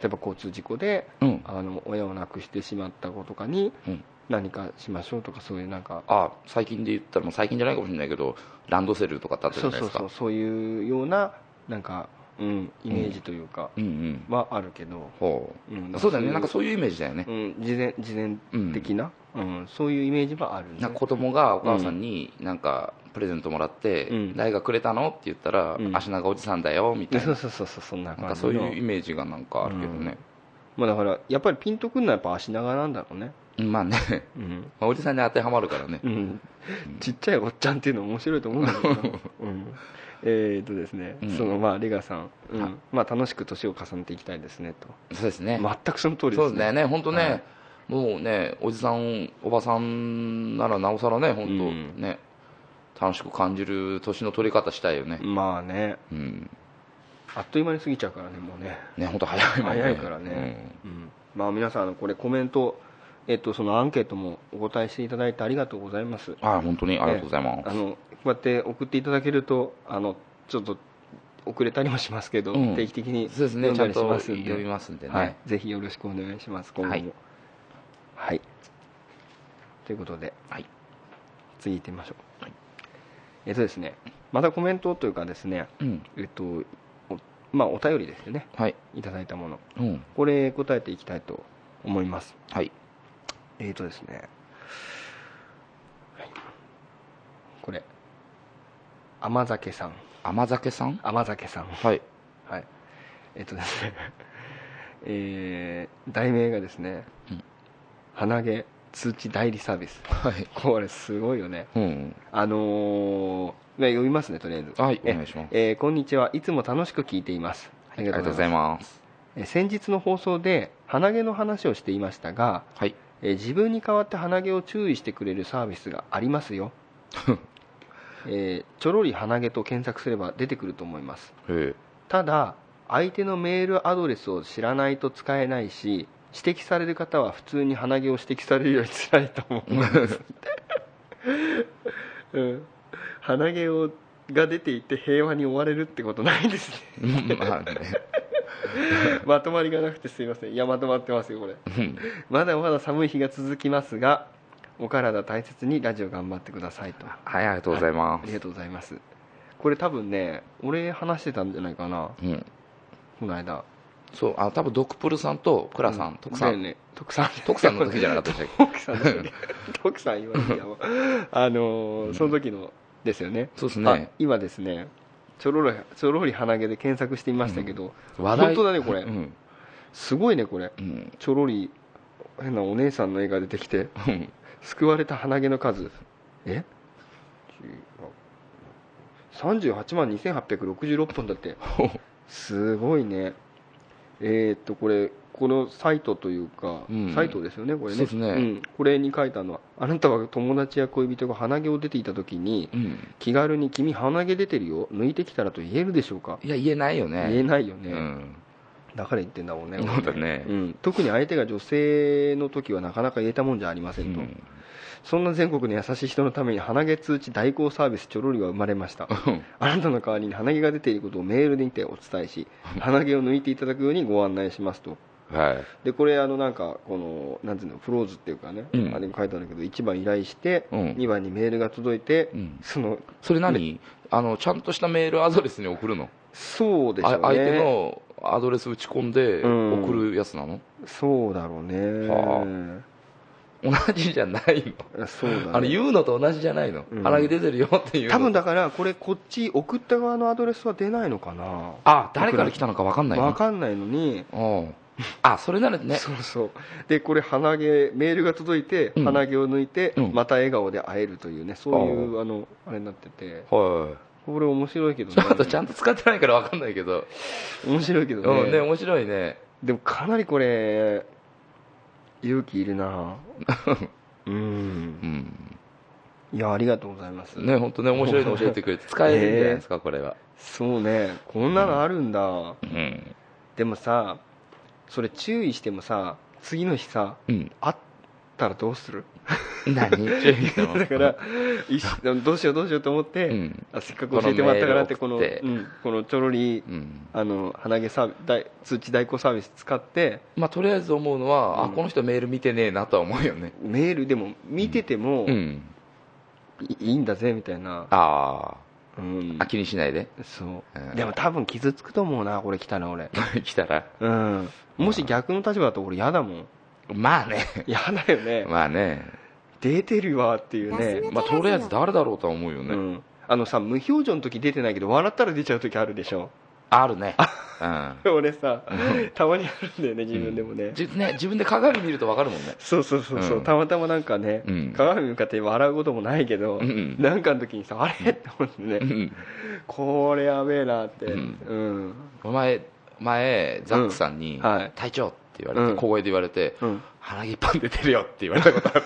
[SPEAKER 3] 例えば交通事故で
[SPEAKER 4] うん
[SPEAKER 3] あの親を亡くしてしまった子とかに
[SPEAKER 4] うん
[SPEAKER 3] 何かしましょうとかそういうなんか、
[SPEAKER 4] あ最近で言ったらもう最近じゃないかもしれないけどランドセルとかってあったじ
[SPEAKER 3] そ
[SPEAKER 4] ゃ
[SPEAKER 3] う
[SPEAKER 4] な
[SPEAKER 3] そ
[SPEAKER 4] いで
[SPEAKER 3] う
[SPEAKER 4] すか
[SPEAKER 3] そうそういうようななんか、うん、イメージというか
[SPEAKER 4] うんうん
[SPEAKER 3] はあるけど、
[SPEAKER 4] ほ
[SPEAKER 3] うん
[SPEAKER 4] うそうだよねなん
[SPEAKER 3] か
[SPEAKER 4] かそういうイメージだよね
[SPEAKER 3] う、うん、事前事前
[SPEAKER 4] うん
[SPEAKER 3] 的な、うんそういうイメージはあるね
[SPEAKER 4] なんか子供がお母さんになんかプレゼントもらって
[SPEAKER 3] うん
[SPEAKER 4] 「誰がくれたの?」って言ったら
[SPEAKER 3] う
[SPEAKER 4] 「
[SPEAKER 3] ん
[SPEAKER 4] 足長おじさんだよ」みたい
[SPEAKER 3] そう
[SPEAKER 4] な
[SPEAKER 3] そうそうそうそんな
[SPEAKER 4] なん
[SPEAKER 3] 感
[SPEAKER 4] か
[SPEAKER 3] じ
[SPEAKER 4] そ
[SPEAKER 3] の
[SPEAKER 4] ういうイメージがなんかあるけどね
[SPEAKER 3] まあだからやっぱりピンとくるのはやっぱ足長なんだろうね
[SPEAKER 4] うんまあね
[SPEAKER 3] うん、
[SPEAKER 4] まあおじさんに当てはまるからね
[SPEAKER 3] うん、ちっちゃいおっちゃんっていうの面白いと思うんだ けどな、うん、えー、とですね、
[SPEAKER 4] うん
[SPEAKER 3] そのまあレガさん、うん
[SPEAKER 4] はい
[SPEAKER 3] まあ、楽しく年を重ねていきたいですねと
[SPEAKER 4] そうですね
[SPEAKER 3] 全くその通りで
[SPEAKER 4] そう
[SPEAKER 3] す
[SPEAKER 4] ですね
[SPEAKER 3] ね
[SPEAKER 4] ね本当ね、
[SPEAKER 3] はい
[SPEAKER 4] もうねおじさんおばさんならなおさらね本当、
[SPEAKER 3] うん
[SPEAKER 4] ね楽しく感じる年の取り方したいよね
[SPEAKER 3] まあね
[SPEAKER 4] うん
[SPEAKER 3] あっという間に過ぎちゃうからねもうね、
[SPEAKER 4] ね本当早いもんね
[SPEAKER 3] 早いからねうん、まあ皆さんあのこれコメントえっとそのアンケートもお答えしていただいてありがとうございます
[SPEAKER 4] うんあ本当にありがとうございます、
[SPEAKER 3] あのこうやって送っていただけるとあのちょっと遅れたりもしますけど、
[SPEAKER 4] うん
[SPEAKER 3] 定期的に
[SPEAKER 4] そうですね
[SPEAKER 3] 読ん
[SPEAKER 4] ちゃ
[SPEAKER 3] だ
[SPEAKER 4] ん
[SPEAKER 3] り
[SPEAKER 4] と
[SPEAKER 3] します
[SPEAKER 4] 呼
[SPEAKER 3] んで
[SPEAKER 4] びますんでね、
[SPEAKER 3] はい、ぜひよろしくお願いします、今後
[SPEAKER 4] はい
[SPEAKER 3] も。はい、ということで、
[SPEAKER 4] はい
[SPEAKER 3] 次行ってみましょう。
[SPEAKER 4] はい
[SPEAKER 3] えっとですね、またコメントというかですね、
[SPEAKER 4] うん
[SPEAKER 3] えっとおまあ、お便りですよね、
[SPEAKER 4] はい
[SPEAKER 3] いただいたもの、
[SPEAKER 4] うん
[SPEAKER 3] これ、答えていきたいと思います。
[SPEAKER 4] はい
[SPEAKER 3] えっとですね、はい、これ、甘酒さん、
[SPEAKER 4] 甘酒さん
[SPEAKER 3] 甘酒さん。
[SPEAKER 4] はい
[SPEAKER 3] はい、えっとですね、 えー題名がですね、
[SPEAKER 4] うん
[SPEAKER 3] 鼻毛通知代理サービス、
[SPEAKER 4] はい
[SPEAKER 3] これ、すごいよね、
[SPEAKER 4] うん
[SPEAKER 3] あのーね読みますね、とりあえず、
[SPEAKER 4] はい
[SPEAKER 3] え
[SPEAKER 4] お願いします
[SPEAKER 3] えーこんにちは、いつも楽しく聞いています、
[SPEAKER 4] ありがとうござい
[SPEAKER 3] ま
[SPEAKER 4] ます
[SPEAKER 3] す、えー先日の放送で鼻毛の話をしていましたが、
[SPEAKER 4] はい
[SPEAKER 3] えー自分に代わって鼻毛を注意してくれるサービスがあります よ。えーちょろり鼻毛と検索すれば出てくると思います
[SPEAKER 4] へ
[SPEAKER 3] ただ相手のメールアドレスを知らないと使えないし指摘される方は普通に鼻毛を指摘されるより辛いと思う、うん、鼻毛をが出ていて平和に追われるってことないですね
[SPEAKER 4] え まあね
[SPEAKER 3] まとまりがなくてすいませんいやまとまってますよこれ
[SPEAKER 4] うん
[SPEAKER 3] まだまだ寒い日が続きますがお体大切にラジオ頑張ってくださいとあ
[SPEAKER 4] はいありがとうございます、
[SPEAKER 3] りがとうございますこれ多分ね俺話してたんじゃないかな
[SPEAKER 4] うん
[SPEAKER 3] この間
[SPEAKER 4] そうあ多分ドクプルさんとクラさん、徳さ
[SPEAKER 3] だよ
[SPEAKER 4] ん、
[SPEAKER 3] ね徳さん
[SPEAKER 4] 徳さんの時じゃなかったでしたっけ
[SPEAKER 3] 徳さんですよ ね徳さん今いやもうあのーその時のですよね
[SPEAKER 4] そうです
[SPEAKER 3] あ
[SPEAKER 4] ね
[SPEAKER 3] 今ですねちょろりちょろり鼻毛で検索してみましたけど、
[SPEAKER 4] 話題
[SPEAKER 3] 本当だねこれ
[SPEAKER 4] うん
[SPEAKER 3] すごいねこれ
[SPEAKER 4] うん
[SPEAKER 3] ちょろり変なお姉さんの絵が出てきて
[SPEAKER 4] うん
[SPEAKER 3] 救われた鼻毛の数え38万2866本だ ってすごいねえーっとこれこのサイトというか、
[SPEAKER 4] うん
[SPEAKER 3] サイトですよねこれね
[SPEAKER 4] そうですね
[SPEAKER 3] ん、これに書いたのはあなたは友達や恋人が鼻毛を出ていた時に
[SPEAKER 4] うん
[SPEAKER 3] 気軽に「君鼻毛出てるよ抜いてきたら」と言えるでしょうか、
[SPEAKER 4] いや言えないよね
[SPEAKER 3] 言えないよね、
[SPEAKER 4] うん
[SPEAKER 3] だから言ってんだもんね
[SPEAKER 4] そうだね
[SPEAKER 3] うん、特に相手が女性の時はなかなか言えたもんじゃありませ
[SPEAKER 4] うん
[SPEAKER 3] と、
[SPEAKER 4] ん
[SPEAKER 3] そんな全国の優しい人のために鼻毛通知代行サービスちょろりは生まれましたあなたの代わりに鼻毛が出ていることをメールにてお伝えし鼻毛を抜いていただくようにご案内しますと
[SPEAKER 4] はい
[SPEAKER 3] でこれあのなんかこのなんていうのフローズっていうかね、
[SPEAKER 4] うん
[SPEAKER 3] あれに書いてあるけど1番依頼して、
[SPEAKER 4] うん
[SPEAKER 3] 2番にメールが届いて、
[SPEAKER 4] うん
[SPEAKER 3] その
[SPEAKER 4] それ何あのちゃんとしたメールアドレスに送るの
[SPEAKER 3] そうでしょう
[SPEAKER 4] あ
[SPEAKER 3] ね
[SPEAKER 4] 相手のアドレス打ち込んで
[SPEAKER 3] うん
[SPEAKER 4] 送るやつなの
[SPEAKER 3] そうだろうね、
[SPEAKER 4] は同じじゃないの
[SPEAKER 3] そうだね
[SPEAKER 4] あれ言うのと同じじゃないの
[SPEAKER 3] うん
[SPEAKER 4] 鼻毛出てるよっていうの
[SPEAKER 3] 多分だからこれこっち送った側のアドレスは出ないのかな
[SPEAKER 4] あ誰から来たのか分かんない
[SPEAKER 3] わ
[SPEAKER 4] の
[SPEAKER 3] かんないのに
[SPEAKER 4] うんあそれならね
[SPEAKER 3] そうそうでこれ鼻毛メールが届いて
[SPEAKER 4] うん
[SPEAKER 3] 鼻毛を抜いて、
[SPEAKER 4] うん
[SPEAKER 3] また笑顔で会えるというねそういう
[SPEAKER 4] あ
[SPEAKER 3] あのあれになってて
[SPEAKER 4] は
[SPEAKER 3] これ面白いけど
[SPEAKER 4] い
[SPEAKER 3] ね
[SPEAKER 4] ちょっとちゃんと使ってないから分かんないけど
[SPEAKER 3] 面白いけどね,、
[SPEAKER 4] うんね面白いね
[SPEAKER 3] でもかなりこれ 勇気いるなうん
[SPEAKER 4] うん
[SPEAKER 3] いやありがとうございます
[SPEAKER 4] ね本当ね面白 いの教えてくれて使えるんじゃないですか、これは
[SPEAKER 3] そうねこんなのあるんだ、
[SPEAKER 4] うん
[SPEAKER 3] でもさそれ注意してもさ次の日さ
[SPEAKER 4] うん
[SPEAKER 3] あったらどうする
[SPEAKER 4] 何注意して も
[SPEAKER 3] だから一瞬どうしようどうしようと思って、
[SPEAKER 4] うん
[SPEAKER 3] あせっかく教えてもらったからってこ
[SPEAKER 4] こ
[SPEAKER 3] の
[SPEAKER 4] の
[SPEAKER 3] この,、
[SPEAKER 4] メール
[SPEAKER 3] うん、このちょろり
[SPEAKER 4] うん
[SPEAKER 3] あの鼻毛サービ大通知代行サービス使って
[SPEAKER 4] まあとりあえず思うのは、
[SPEAKER 3] うん
[SPEAKER 4] あこの人メール見てねえなとは思うよね
[SPEAKER 3] メールでも見てても、
[SPEAKER 4] うん
[SPEAKER 3] いいいんだぜみたいな、
[SPEAKER 4] あ
[SPEAKER 3] うん
[SPEAKER 4] ーあ、気にしないで
[SPEAKER 3] そう、
[SPEAKER 4] うん
[SPEAKER 3] でも多分傷つくと思うなこれ来たら俺、
[SPEAKER 4] 来たら
[SPEAKER 3] うん、もし逆の立場だと俺嫌だもん
[SPEAKER 4] まあね
[SPEAKER 3] 嫌だよね、
[SPEAKER 4] まあね
[SPEAKER 3] 出てるわっていうね、
[SPEAKER 4] まあとりあえず誰だろうとは思うよ
[SPEAKER 3] う
[SPEAKER 4] ね、
[SPEAKER 3] ん、あのさ無表情の時出てないけど笑ったら出ちゃう時あるでしょ
[SPEAKER 4] あるねうん
[SPEAKER 3] 俺さたまにあるんだよね自分でもね、
[SPEAKER 4] じね自分で鏡見るとわかるもんね
[SPEAKER 3] そうそうそうそう、
[SPEAKER 4] うん
[SPEAKER 3] たまたまなんかね、
[SPEAKER 4] うん
[SPEAKER 3] 鏡に向かって笑うこともないけど、
[SPEAKER 4] うんうん
[SPEAKER 3] なんかの時にさあれって思ってね、
[SPEAKER 4] うん
[SPEAKER 3] これやべえなってう
[SPEAKER 4] うんん、
[SPEAKER 3] うん
[SPEAKER 4] お前前ザックさんに
[SPEAKER 3] うんはい
[SPEAKER 4] 「隊長」って言われて、
[SPEAKER 3] うん
[SPEAKER 4] 小声で言われて「鼻毛一本出てるよ」って言われたことある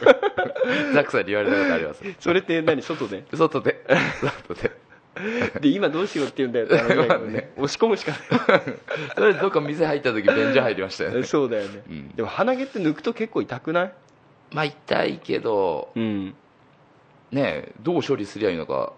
[SPEAKER 4] ザックさんに言われたことあります
[SPEAKER 3] それって何外で
[SPEAKER 4] 外で外で
[SPEAKER 3] で今どうしようって言うんだよって話だけど
[SPEAKER 4] まあ
[SPEAKER 3] ね
[SPEAKER 4] ね
[SPEAKER 3] 押し込むしか
[SPEAKER 4] とりあえずどっか店入った時便所入りましたよ
[SPEAKER 3] な
[SPEAKER 4] ね
[SPEAKER 3] いそうだよね、
[SPEAKER 4] うん
[SPEAKER 3] でも鼻毛って抜くと結構痛くない
[SPEAKER 4] まあ痛いけど
[SPEAKER 3] うん
[SPEAKER 4] ねえどう処理すりゃいいのか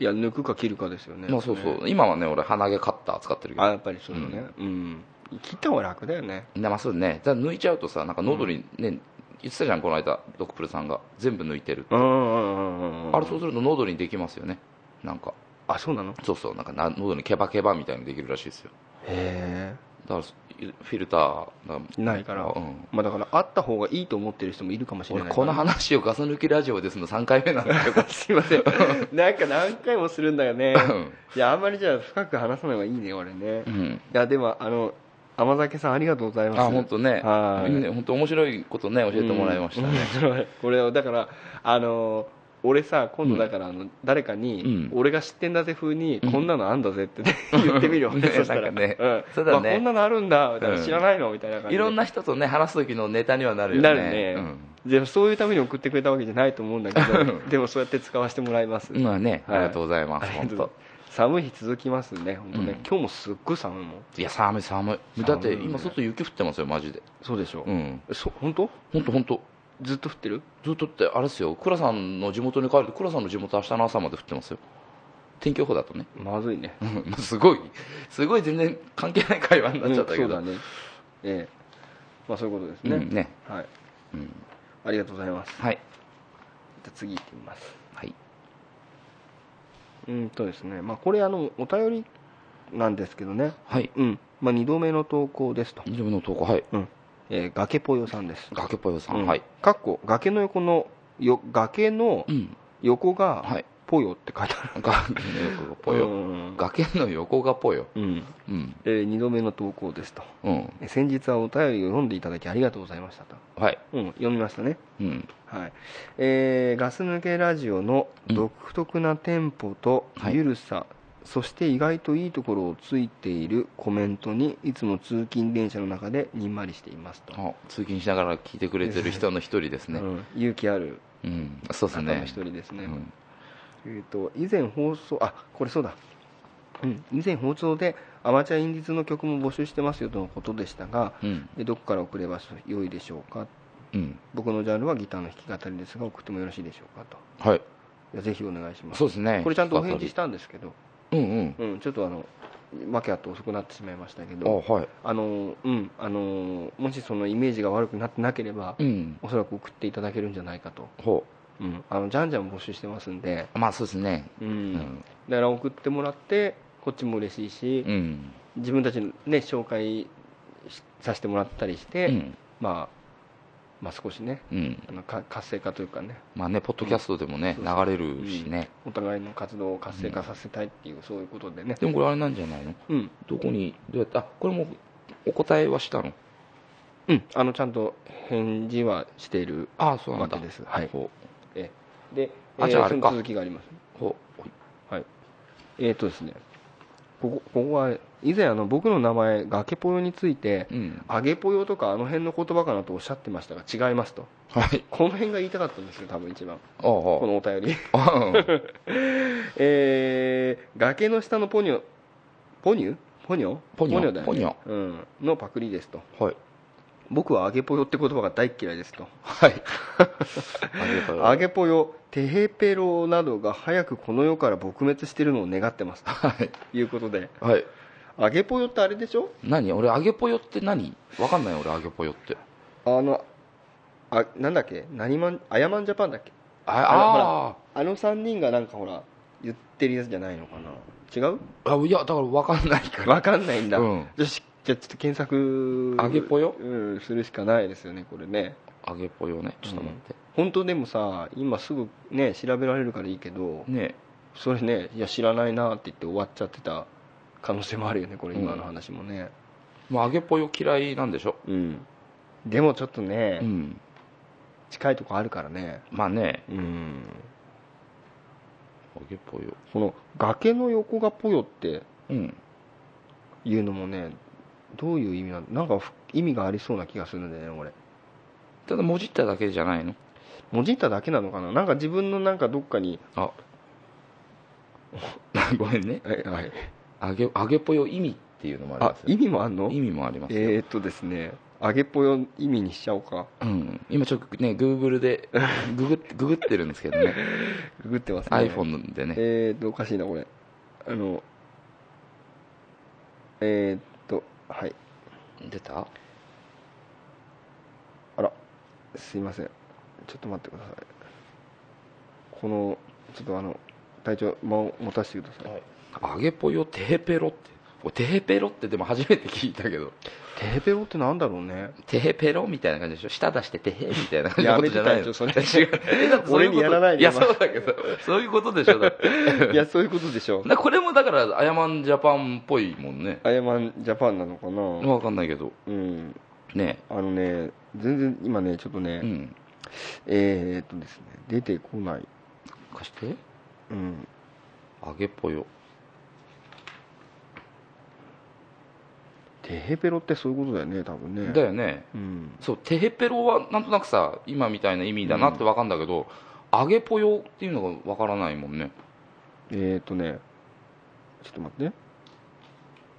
[SPEAKER 3] いや抜くか切るかですよね
[SPEAKER 4] まあそうそう今はね俺鼻毛カッター使ってるけ
[SPEAKER 3] あ
[SPEAKER 4] ど
[SPEAKER 3] やっぱりそうだねうん、切った方が楽だよね
[SPEAKER 4] でまあそうねだから抜いちゃうとさなんか喉にね言ってたじゃんこの間ドクプルさんが全部抜いてる
[SPEAKER 3] うんうんうんうんうん
[SPEAKER 4] あれそうすると喉にできますよねなんか
[SPEAKER 3] あそうなのへ
[SPEAKER 4] そうそうなんかな喉にケバケバみたいにできるらしいですよ
[SPEAKER 3] え
[SPEAKER 4] だからそフィルターだ
[SPEAKER 3] ないから
[SPEAKER 4] うん
[SPEAKER 3] まあだからあった方がいいと思ってる人もいるかもしれ
[SPEAKER 4] 俺
[SPEAKER 3] ないから
[SPEAKER 4] この話をガス抜きラジオですの3回目なんだけど
[SPEAKER 3] すいません なんか何回もするんだよ ね
[SPEAKER 4] うん
[SPEAKER 3] いやあんまりじゃあ深く話さない方がいいね俺ね
[SPEAKER 4] う
[SPEAKER 3] い
[SPEAKER 4] ん
[SPEAKER 3] やでもあの甘酒さんありがとうございます
[SPEAKER 4] あ本当ね
[SPEAKER 3] はい
[SPEAKER 4] ね本当面白いことね教えてもらいましたね、
[SPEAKER 3] うん これをだからあの俺さ今度だからあの、誰かに、
[SPEAKER 4] うん
[SPEAKER 3] 俺が知ってんだぜ風に、こんなのあんだぜって 言ってみるよ、
[SPEAKER 4] ね
[SPEAKER 3] そしたら
[SPEAKER 4] なんかね
[SPEAKER 3] うん
[SPEAKER 4] そうだね
[SPEAKER 3] まあこんなのあるんだみたいな、
[SPEAKER 4] うん
[SPEAKER 3] 知らないのみたいな感じで
[SPEAKER 4] いろんな人とね話す時のネタにはなるよね
[SPEAKER 3] なるね、でもそういうために送ってくれたわけじゃないと思うんだけどでもそうやって使わせてもらいます、
[SPEAKER 4] うん、まあね、
[SPEAKER 3] はい
[SPEAKER 4] ありがとうございま
[SPEAKER 3] あり
[SPEAKER 4] す
[SPEAKER 3] が
[SPEAKER 4] 本
[SPEAKER 3] とうござい
[SPEAKER 4] 当
[SPEAKER 3] ます寒い日続きますね本当ね、
[SPEAKER 4] うん
[SPEAKER 3] 今日もすっごい寒いもん
[SPEAKER 4] いや寒い寒いだって
[SPEAKER 3] 寒いね
[SPEAKER 4] 今外雪降ってますよマジで
[SPEAKER 3] そうでしょ
[SPEAKER 4] うん
[SPEAKER 3] そ本当
[SPEAKER 4] 本当本当
[SPEAKER 3] ずっと降ってる
[SPEAKER 4] ずっとってあれですよ倉さんの地元に帰ると倉さんの地元明日の朝まで降ってますよ天気予報だとね
[SPEAKER 3] まずいね
[SPEAKER 4] うん すごいすごい全然関係ない会話になっちゃったけど、
[SPEAKER 3] うんそうだねええまあそういうことですね、
[SPEAKER 4] うんね
[SPEAKER 3] はい
[SPEAKER 4] うん
[SPEAKER 3] ありがとうございますじゃ
[SPEAKER 4] はい
[SPEAKER 3] あ次行ってみます
[SPEAKER 4] はい
[SPEAKER 3] うんとですねまあこれあのお便りなんですけどね
[SPEAKER 4] はい
[SPEAKER 3] うんまあ2度目の投稿ですと、
[SPEAKER 4] 二度目の投稿はい
[SPEAKER 3] うんえー、崖ぽよさんです
[SPEAKER 4] 崖っぽよさん、
[SPEAKER 3] うん
[SPEAKER 4] はい
[SPEAKER 3] かっこ崖の横のよ崖の
[SPEAKER 4] うん
[SPEAKER 3] 横が、
[SPEAKER 4] はい
[SPEAKER 3] ぽよって書いてある
[SPEAKER 4] 崖の横がぽ
[SPEAKER 3] う
[SPEAKER 4] よ、
[SPEAKER 3] ん
[SPEAKER 4] 崖の横がぽよ
[SPEAKER 3] うん
[SPEAKER 4] うん
[SPEAKER 3] えー、2度目の投稿ですと
[SPEAKER 4] うん
[SPEAKER 3] え先日はお便りを読んでいただきありがとうございましたと、
[SPEAKER 4] はい
[SPEAKER 3] うん、読みましたね
[SPEAKER 4] うん
[SPEAKER 3] はいえーガス抜けラジオの独特なテンポと
[SPEAKER 4] はい
[SPEAKER 3] ゆるさ、そして意外といいところをついているコメントにいつも通勤電車の中でにんまりしていますと、
[SPEAKER 4] あ通勤しながら聞いてくれてる人の一人ですね、
[SPEAKER 3] うん勇気ある
[SPEAKER 4] うん、そうです
[SPEAKER 3] 方
[SPEAKER 4] ね
[SPEAKER 3] の一人ですね
[SPEAKER 4] うん
[SPEAKER 3] えー、と以前放送あこれそうだ、うん、以前放送でアマチュアインディーズの曲も募集してますよとのことでしたが
[SPEAKER 4] うん
[SPEAKER 3] でどこから送れば良いでしょうか
[SPEAKER 4] うん
[SPEAKER 3] 僕のジャンルはギターの弾き語りですが送ってもよろしいでしょうかと
[SPEAKER 4] はい
[SPEAKER 3] いやぜひお願いします
[SPEAKER 4] そうですね
[SPEAKER 3] これちゃんとお返事したんですけど、
[SPEAKER 4] うんうん
[SPEAKER 3] うん、ちょっとあの訳あって遅くなってしまいましたけ
[SPEAKER 4] あ
[SPEAKER 3] ど
[SPEAKER 4] はい
[SPEAKER 3] あの、うん、あのもしそのイメージが悪くなってなければ、
[SPEAKER 4] うん
[SPEAKER 3] おそらく送っていただけるんじゃないかと、
[SPEAKER 4] ほ
[SPEAKER 3] うん、あのじゃんじゃん募集してますんで、
[SPEAKER 4] うまあそうですね
[SPEAKER 3] うん
[SPEAKER 4] うん
[SPEAKER 3] だから送ってもらってこっちも嬉しいし、
[SPEAKER 4] うん
[SPEAKER 3] 自分たちの、ね、紹介しさせてもらったりして、
[SPEAKER 4] うん
[SPEAKER 3] まあ、まあ少しね
[SPEAKER 4] うん
[SPEAKER 3] あのか活性化というかね
[SPEAKER 4] まあねポッドキャストでもね
[SPEAKER 3] うん
[SPEAKER 4] 流れるしね
[SPEAKER 3] お互いの活動を活性化させたいっていう、そういうことでね
[SPEAKER 4] でもこれあれなんじゃないの
[SPEAKER 3] うん、
[SPEAKER 4] どこにどうやってあこれもお答えはしたの
[SPEAKER 3] うん、あのちゃんと返事はしている
[SPEAKER 4] ああそうなんだ
[SPEAKER 3] わけですはい
[SPEAKER 4] ほ
[SPEAKER 3] えで
[SPEAKER 4] あ
[SPEAKER 3] えー
[SPEAKER 4] じゃああ
[SPEAKER 3] そ
[SPEAKER 4] れ
[SPEAKER 3] の
[SPEAKER 4] か
[SPEAKER 3] 続きがあります
[SPEAKER 4] うほう
[SPEAKER 3] えっ、とですねここここは以前あの僕の名前崖ぽよについて
[SPEAKER 4] うん
[SPEAKER 3] 揚げぽよとかあの辺の言葉かなとおっしゃってましたが違いますと
[SPEAKER 4] はい
[SPEAKER 3] この辺が言いたかったんですよ多分一番
[SPEAKER 4] あ
[SPEAKER 3] このお便り
[SPEAKER 4] あああうん
[SPEAKER 3] えー、崖の下のポニョポニュポニョ
[SPEAKER 4] ポニョ
[SPEAKER 3] ポニョだよね
[SPEAKER 4] ポニョ
[SPEAKER 3] うん、のパクリですと
[SPEAKER 4] はい
[SPEAKER 3] 僕は揚げぽよって言葉が大っ嫌いですと
[SPEAKER 4] はいありがとうござ
[SPEAKER 3] 揚
[SPEAKER 4] い
[SPEAKER 3] げぽよテヘペロなどが早くこの世から撲滅してるのを願ってます
[SPEAKER 4] ますはい
[SPEAKER 3] ということで
[SPEAKER 4] はい
[SPEAKER 3] 揚げぽよってあれでしょ
[SPEAKER 4] 何俺揚げぽよって何わかんない俺揚げぽよって
[SPEAKER 3] あのあなんだっけ何マンアヤマンジャパンだっけ
[SPEAKER 4] あ
[SPEAKER 3] あ
[SPEAKER 4] あ
[SPEAKER 3] あの3人がなんかほら言ってるやつじゃないのかな違う
[SPEAKER 4] あいやだからわかんないから
[SPEAKER 3] わかんないんだ、
[SPEAKER 4] うん
[SPEAKER 3] じゃあしじゃあちょっと検索
[SPEAKER 4] 揚げぽよ
[SPEAKER 3] うん、するしかないですよねこれね
[SPEAKER 4] 揚げぽよねちょっと待って、
[SPEAKER 3] 本当でもさ今すぐね調べられるからいいけど
[SPEAKER 4] ね
[SPEAKER 3] それねいや知らないなって言って終わっちゃってた可能性もあるよねこれ
[SPEAKER 4] うん
[SPEAKER 3] 今の話もね
[SPEAKER 4] まあ揚げぽよ嫌いなんでしょ
[SPEAKER 3] うん、でもちょっとね、
[SPEAKER 4] うん
[SPEAKER 3] 近いとこあるからね
[SPEAKER 4] まあね
[SPEAKER 3] うん
[SPEAKER 4] 揚げぽよ
[SPEAKER 3] この崖の横がぽよって
[SPEAKER 4] うん
[SPEAKER 3] いうのもねどういう意味なんなんかふ意味がありそうな気がするんだよね俺
[SPEAKER 4] ただもじっただけじゃないの
[SPEAKER 3] もじっただけなのかななんか自分のなんかどっかに
[SPEAKER 4] あごめんね
[SPEAKER 3] はいはい
[SPEAKER 4] 揚げ揚げぽよ意味っていうのもあり
[SPEAKER 3] あ
[SPEAKER 4] ます
[SPEAKER 3] 意味もあんの
[SPEAKER 4] 意味もありますよ、
[SPEAKER 3] えー、っとですね揚げぽよ意味にしちゃおうか
[SPEAKER 4] うん、今ちょっとねグーグルでグ グってググってるんですけどね
[SPEAKER 3] ググってますね
[SPEAKER 4] iPhone でね
[SPEAKER 3] えー、っとおかしいなこれあのえー、っとはい
[SPEAKER 4] 出た
[SPEAKER 3] あらすいませんちょっと待ってくださいこのちょっとあの体調間を持たせてください、
[SPEAKER 4] 揚げぽよテヘペロっておテヘペロってでも初めて聞いたけど
[SPEAKER 3] テヘペロってなんだろうね
[SPEAKER 4] テヘペロみたいな感じでしょ舌出してテヘみたいな感じ
[SPEAKER 3] や
[SPEAKER 4] のこ
[SPEAKER 3] め
[SPEAKER 4] と
[SPEAKER 3] て
[SPEAKER 4] じゃない
[SPEAKER 3] 隊
[SPEAKER 4] の
[SPEAKER 3] 長それ
[SPEAKER 4] 違うえだって そううこと
[SPEAKER 3] 俺にやらないで
[SPEAKER 4] いや
[SPEAKER 3] お前
[SPEAKER 4] そうだけどそういうことでしょだって
[SPEAKER 3] いやそういうことでしょ
[SPEAKER 4] なこれもだからアヤマンジャパンっぽいもんね
[SPEAKER 3] アヤマンジャパンなのかな
[SPEAKER 4] わかんないけど
[SPEAKER 3] うん
[SPEAKER 4] ね
[SPEAKER 3] あのね全然今ねちょっとね、
[SPEAKER 4] うん
[SPEAKER 3] えー、っとですね出てこない
[SPEAKER 4] 貸して
[SPEAKER 3] うん
[SPEAKER 4] 揚げぽよ
[SPEAKER 3] テヘペロってそういうことだよね多分ね
[SPEAKER 4] だよね
[SPEAKER 3] うん
[SPEAKER 4] そうテヘペロはなんとなくさ今みたいな意味だなってわかんだけど、揚げぽよっていうのがわからないもんね
[SPEAKER 3] えー、っとねちょっと待って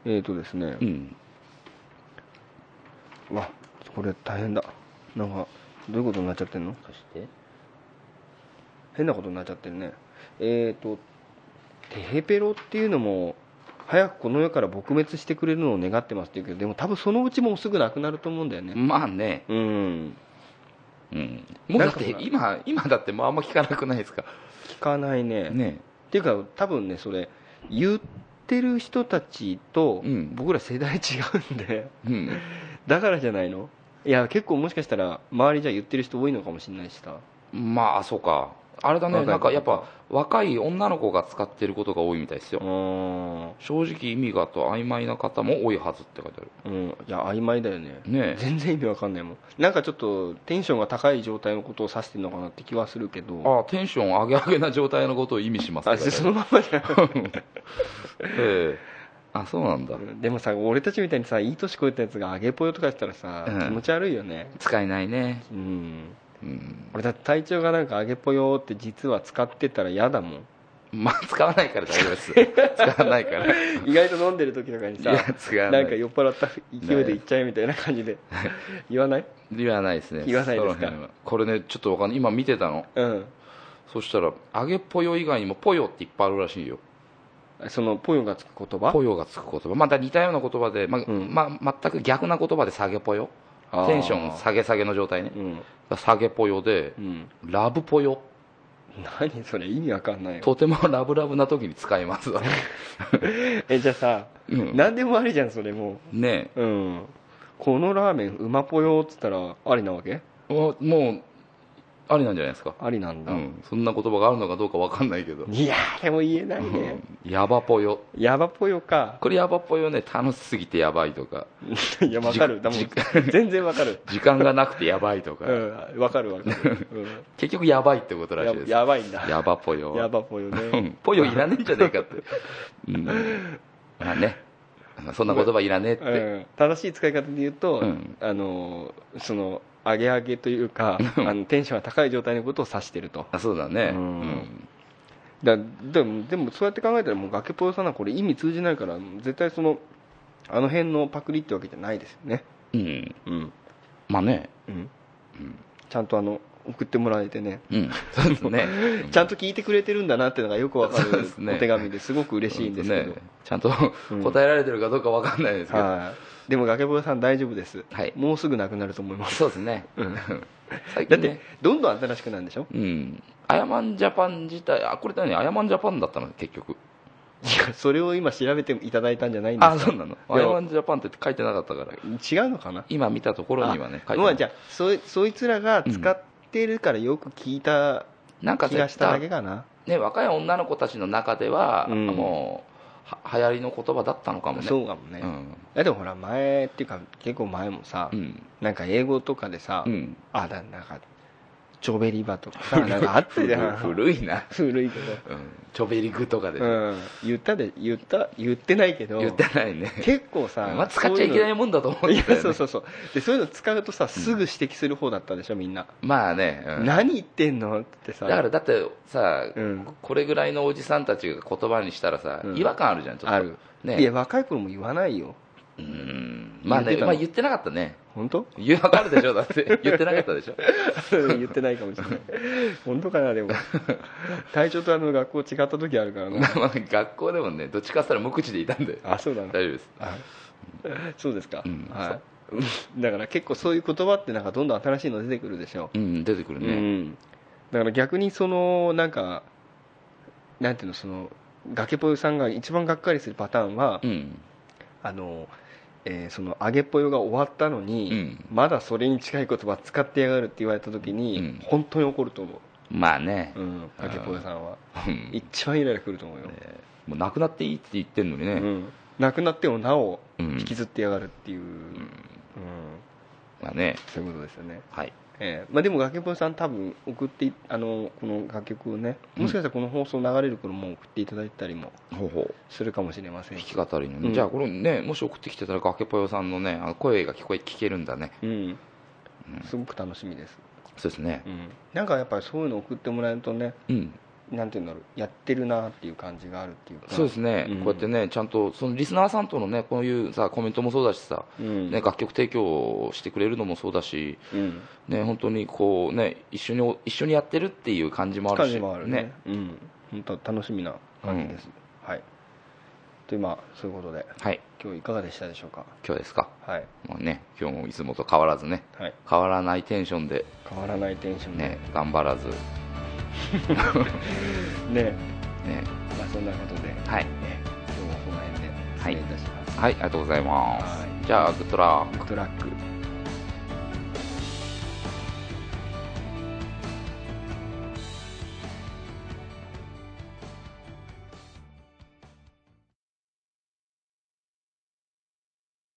[SPEAKER 3] えー、っとですね、
[SPEAKER 4] うん
[SPEAKER 3] うわこれ大変だなんかどういうことになっちゃってんの
[SPEAKER 4] 貸して
[SPEAKER 3] 変なことになっちゃってるねえっ、ー、とテヘペロっていうのも早くこの世から撲滅してくれるのを願ってますって言うけどでも多分そのうちもうすぐなくなると思うんだよね
[SPEAKER 4] まあね
[SPEAKER 3] うん
[SPEAKER 4] うんもうだっ
[SPEAKER 3] な
[SPEAKER 4] て
[SPEAKER 3] んか
[SPEAKER 4] 今今だってもうあんま聞かなくないですか
[SPEAKER 3] 聞かないね
[SPEAKER 4] ね
[SPEAKER 3] っていうか多分ねそれ言ってる人たちと
[SPEAKER 4] うん
[SPEAKER 3] 僕ら世代違うんで、
[SPEAKER 4] うん
[SPEAKER 3] だからじゃないのいや結構もしかしたら周りじゃ言ってる人多いのかもしれないしさ
[SPEAKER 4] まあそうかあれだ
[SPEAKER 3] 若
[SPEAKER 4] ね
[SPEAKER 3] い
[SPEAKER 4] なんかやっぱ若い女の子が使ってることが多いみたいですよ、
[SPEAKER 3] うん
[SPEAKER 4] 正直意味がと曖昧な方も多いはずって書いてある
[SPEAKER 3] うんいや曖昧だよね
[SPEAKER 4] ねえ
[SPEAKER 3] 全然意味わかんないもんなんかちょっとテンションが高い状態のことを指してるのかなって気はするけど
[SPEAKER 4] ああテンション上げ上げな状態のことを意味します
[SPEAKER 3] あ
[SPEAKER 4] って書
[SPEAKER 3] そ
[SPEAKER 4] いて
[SPEAKER 3] のままじゃ
[SPEAKER 4] ある ええあそうなんだ
[SPEAKER 3] んでもさ俺たちみたいにさいい年超えたやつが「あげぽよ」とか言ったらさ、
[SPEAKER 4] うん
[SPEAKER 3] 気持ち悪いよね
[SPEAKER 4] 使えないね
[SPEAKER 3] うん
[SPEAKER 4] うん
[SPEAKER 3] 俺だって体調がなんか「あげぽよ」って実は使ってたら嫌だもん
[SPEAKER 4] まあ使わないから大丈夫で す使わないからい
[SPEAKER 3] 意外と飲んでる時とかにさ
[SPEAKER 4] や使わな
[SPEAKER 3] ないんか酔っ払った勢いで言っちゃえみたいな感じで言わない
[SPEAKER 4] 言わないですね
[SPEAKER 3] 言わないですか
[SPEAKER 4] その辺はこれねちょっとわかんない今見てたの
[SPEAKER 3] うん
[SPEAKER 4] そしたら揚げぽよ以外にもぽよっていっぱいあるらしいよ
[SPEAKER 3] そのぽよがつく言葉
[SPEAKER 4] ぽよがつく言葉また似たような言葉で、まあ
[SPEAKER 3] うん
[SPEAKER 4] まあ、全く逆な言葉で下げぽよ
[SPEAKER 3] あー
[SPEAKER 4] テンション下げ下げの状態ね
[SPEAKER 3] うん
[SPEAKER 4] 下げぽよで
[SPEAKER 3] うん
[SPEAKER 4] ラブぽよ
[SPEAKER 3] 何それ意味わかんないよ
[SPEAKER 4] とてもラブラブな時に使い ますだね
[SPEAKER 3] えじゃあさ、
[SPEAKER 4] うん
[SPEAKER 3] 何でもありじゃんそれも
[SPEAKER 4] ね
[SPEAKER 3] ううんこのラーメンうまぽよっつったらありなわけ
[SPEAKER 4] えもうもうありなんじゃないですか、
[SPEAKER 3] ありなん
[SPEAKER 4] う
[SPEAKER 3] だ、
[SPEAKER 4] ん、そんな言葉があるのかどうかわかんないけど、
[SPEAKER 3] いやーでも言えない ね、
[SPEAKER 4] うんやばぽよ
[SPEAKER 3] やばぽよか
[SPEAKER 4] これやばぽよね楽しすぎてやばいとか
[SPEAKER 3] いやわかるだもん
[SPEAKER 4] じ
[SPEAKER 3] 全然わか る
[SPEAKER 4] 時間がなくてやばいとか、
[SPEAKER 3] うんわかるわかる、 う
[SPEAKER 4] 結局やばいってこと
[SPEAKER 3] ん、
[SPEAKER 4] らし
[SPEAKER 3] や
[SPEAKER 4] いです
[SPEAKER 3] やばいんだ
[SPEAKER 4] やばぽよ
[SPEAKER 3] やばぽよ
[SPEAKER 4] う
[SPEAKER 3] ね
[SPEAKER 4] んぽよいらねえんじゃねえかって、うん、まあねそんな言葉いらねえって、
[SPEAKER 3] うん正しい使い方で言うと、
[SPEAKER 4] うん
[SPEAKER 3] あのその上げ上げというかあのテンションが高い状態のことを指してると
[SPEAKER 4] あそうだね
[SPEAKER 3] う
[SPEAKER 4] うんん、
[SPEAKER 3] だでもでもそうやって考えたらもう崖っぽよさなこれ意味通じないから絶対そのあの辺のパクリってわけじゃないですよね
[SPEAKER 4] うん
[SPEAKER 3] うん、
[SPEAKER 4] まあね
[SPEAKER 3] うん
[SPEAKER 4] うん、
[SPEAKER 3] ちゃんとあの送ってもらえてね
[SPEAKER 4] うん、そうですね
[SPEAKER 3] ちゃんと聞いてくれてるんだなっていうのがよくわか
[SPEAKER 4] そう
[SPEAKER 3] る
[SPEAKER 4] ですね
[SPEAKER 3] お手紙ですごく嬉しいんですけど、
[SPEAKER 4] ねちゃんと答えられてるかどうかわかんないですけど、
[SPEAKER 3] はいでも崖っぽよさん大丈夫です、
[SPEAKER 4] はい
[SPEAKER 3] もうすぐなくなると思います
[SPEAKER 4] そうですね、
[SPEAKER 3] うん
[SPEAKER 4] 最
[SPEAKER 3] だ
[SPEAKER 4] 近
[SPEAKER 3] っ
[SPEAKER 4] ね
[SPEAKER 3] てどんどん新しくなるんでしょ
[SPEAKER 4] うんアヤマンジャパン自体あこれ何アヤマンジャパンだったの結局
[SPEAKER 3] いやそれを今調べていただいたんじゃないんですか
[SPEAKER 4] あそうなの
[SPEAKER 3] も
[SPEAKER 4] アヤマンジャパンって書いてなかったから
[SPEAKER 3] 違うのかな
[SPEAKER 4] 今見たところにはね書いて
[SPEAKER 3] ま
[SPEAKER 4] な
[SPEAKER 3] あ
[SPEAKER 4] い
[SPEAKER 3] じゃあそいそいつらが使ってるからよく聞いた
[SPEAKER 4] なんか
[SPEAKER 3] 気が
[SPEAKER 4] 絶
[SPEAKER 3] しただけ
[SPEAKER 4] 対、
[SPEAKER 3] かな、
[SPEAKER 4] ね、若い女の子たちの中では、
[SPEAKER 3] うん
[SPEAKER 4] もうは流行りの言葉だったのかもね
[SPEAKER 3] そうかもね、
[SPEAKER 4] う
[SPEAKER 3] い
[SPEAKER 4] ん
[SPEAKER 3] やでもほら前っていうか結構前もさ、
[SPEAKER 4] うん
[SPEAKER 3] なんか英語とかでさ、
[SPEAKER 4] うん
[SPEAKER 3] あだなんかチョベリバとかさなんかあったじゃん古い
[SPEAKER 4] 古いな、
[SPEAKER 3] 古いけど、
[SPEAKER 4] うん、チョベリグとかでしょ、
[SPEAKER 3] うん、言ったで言った言ってないけど
[SPEAKER 4] 言ってないね
[SPEAKER 3] 結構さ、
[SPEAKER 4] まあ、使っちゃいけないもんだと思うん
[SPEAKER 3] そうい
[SPEAKER 4] だよ
[SPEAKER 3] う
[SPEAKER 4] ね
[SPEAKER 3] のいやそうそうそうでそういうの使うとさすぐ指摘する方だったでしょみんな、
[SPEAKER 4] まあね、うん
[SPEAKER 3] 何言ってんのってさ
[SPEAKER 4] だからだってさ、
[SPEAKER 3] うん
[SPEAKER 4] これぐらいのおじさんたちが言葉にしたらさ、
[SPEAKER 3] うん
[SPEAKER 4] 違和感あるじゃんちょっと
[SPEAKER 3] ある、
[SPEAKER 4] ね
[SPEAKER 3] いや若い頃も言わないよ
[SPEAKER 4] うんまあ
[SPEAKER 3] 言って
[SPEAKER 4] ね
[SPEAKER 3] たの
[SPEAKER 4] まあ言ってなかったね
[SPEAKER 3] 本当
[SPEAKER 4] 言うわかるでしょだって 言ってなかったでしょ
[SPEAKER 3] 言ってないかもしれ ない本当かなでも体調とあの学校違った時あるからな
[SPEAKER 4] まあ学校でもねどっちかって言ったら無口でいたんで
[SPEAKER 3] あそうだ
[SPEAKER 4] 大
[SPEAKER 3] な
[SPEAKER 4] 丈夫です
[SPEAKER 3] そうですか、
[SPEAKER 4] うん
[SPEAKER 3] はいうんだから結構そういう言葉ってなんかどんどん新しいの出てくるでしょ、
[SPEAKER 4] うん出てくる
[SPEAKER 3] う
[SPEAKER 4] ね
[SPEAKER 3] んだから逆にそのなんかなんていうのその崖っぽよさんが一番がっかりするパターンは、
[SPEAKER 4] うん
[SPEAKER 3] あの、えーその揚げぽよが終わったのに、
[SPEAKER 4] うん
[SPEAKER 3] まだそれに近い言葉使ってやがるって言われた時に、
[SPEAKER 4] うん
[SPEAKER 3] 本当に怒ると思う
[SPEAKER 4] まあね
[SPEAKER 3] うん、あけぽよさんは
[SPEAKER 4] うん
[SPEAKER 3] 一番イライラくると思うよ、
[SPEAKER 4] もうなくなっていいって言ってんのに
[SPEAKER 3] う
[SPEAKER 4] ね
[SPEAKER 3] ん、亡くなってもなお
[SPEAKER 4] うん
[SPEAKER 3] 引きずってやがるっていう、うん
[SPEAKER 4] まあね
[SPEAKER 3] そういうことですよね、
[SPEAKER 4] はい
[SPEAKER 3] えーまあ、でも崖っぽよさん多分送っていあのこの楽曲をねもしかしたらこの放送流れる頃もう送っていただいたりも
[SPEAKER 4] ほうほう
[SPEAKER 3] するかもしれません
[SPEAKER 4] 弾
[SPEAKER 3] し
[SPEAKER 4] き語りのね、
[SPEAKER 3] うん
[SPEAKER 4] じゃあこれねもし送ってきてたら崖っぽよさんのねあの声が聞こえ聞けるんだね
[SPEAKER 3] うん
[SPEAKER 4] うん
[SPEAKER 3] すごく楽しみです、
[SPEAKER 4] そうですね
[SPEAKER 3] うん、なんかやっぱりそういうの送ってもらえるとね
[SPEAKER 4] うん
[SPEAKER 3] なんていうんだろうやってるなっていう感じがあるっていうか
[SPEAKER 4] そうですね、
[SPEAKER 3] うん
[SPEAKER 4] こうやってねちゃんとそのリスナーさんとのねこういうさコメントもそうだしさ、
[SPEAKER 3] うん
[SPEAKER 4] ね、楽曲提供をしてくれるのもそうだし
[SPEAKER 3] うん、
[SPEAKER 4] ね本当にこうね一緒に一緒にやってるっていう感じもある
[SPEAKER 3] 感
[SPEAKER 4] し
[SPEAKER 3] じもあるねうん本当楽しみな感じです、はいというまあそういうことで
[SPEAKER 4] はい
[SPEAKER 3] 今日いかがでしたでしょうか
[SPEAKER 4] 今日ですか
[SPEAKER 3] はい、
[SPEAKER 4] もうね今日もいつもと変わらずね
[SPEAKER 3] はい、
[SPEAKER 4] 変わらないテンションで
[SPEAKER 3] 変わらないテンションで
[SPEAKER 4] ね頑張らず
[SPEAKER 3] ね
[SPEAKER 4] ね
[SPEAKER 3] まあそんなことで、
[SPEAKER 4] はい
[SPEAKER 3] ね今日はこの辺で失礼いたします、
[SPEAKER 4] はいありがとうございます、
[SPEAKER 3] はい
[SPEAKER 4] じゃあグッドラー
[SPEAKER 3] トラック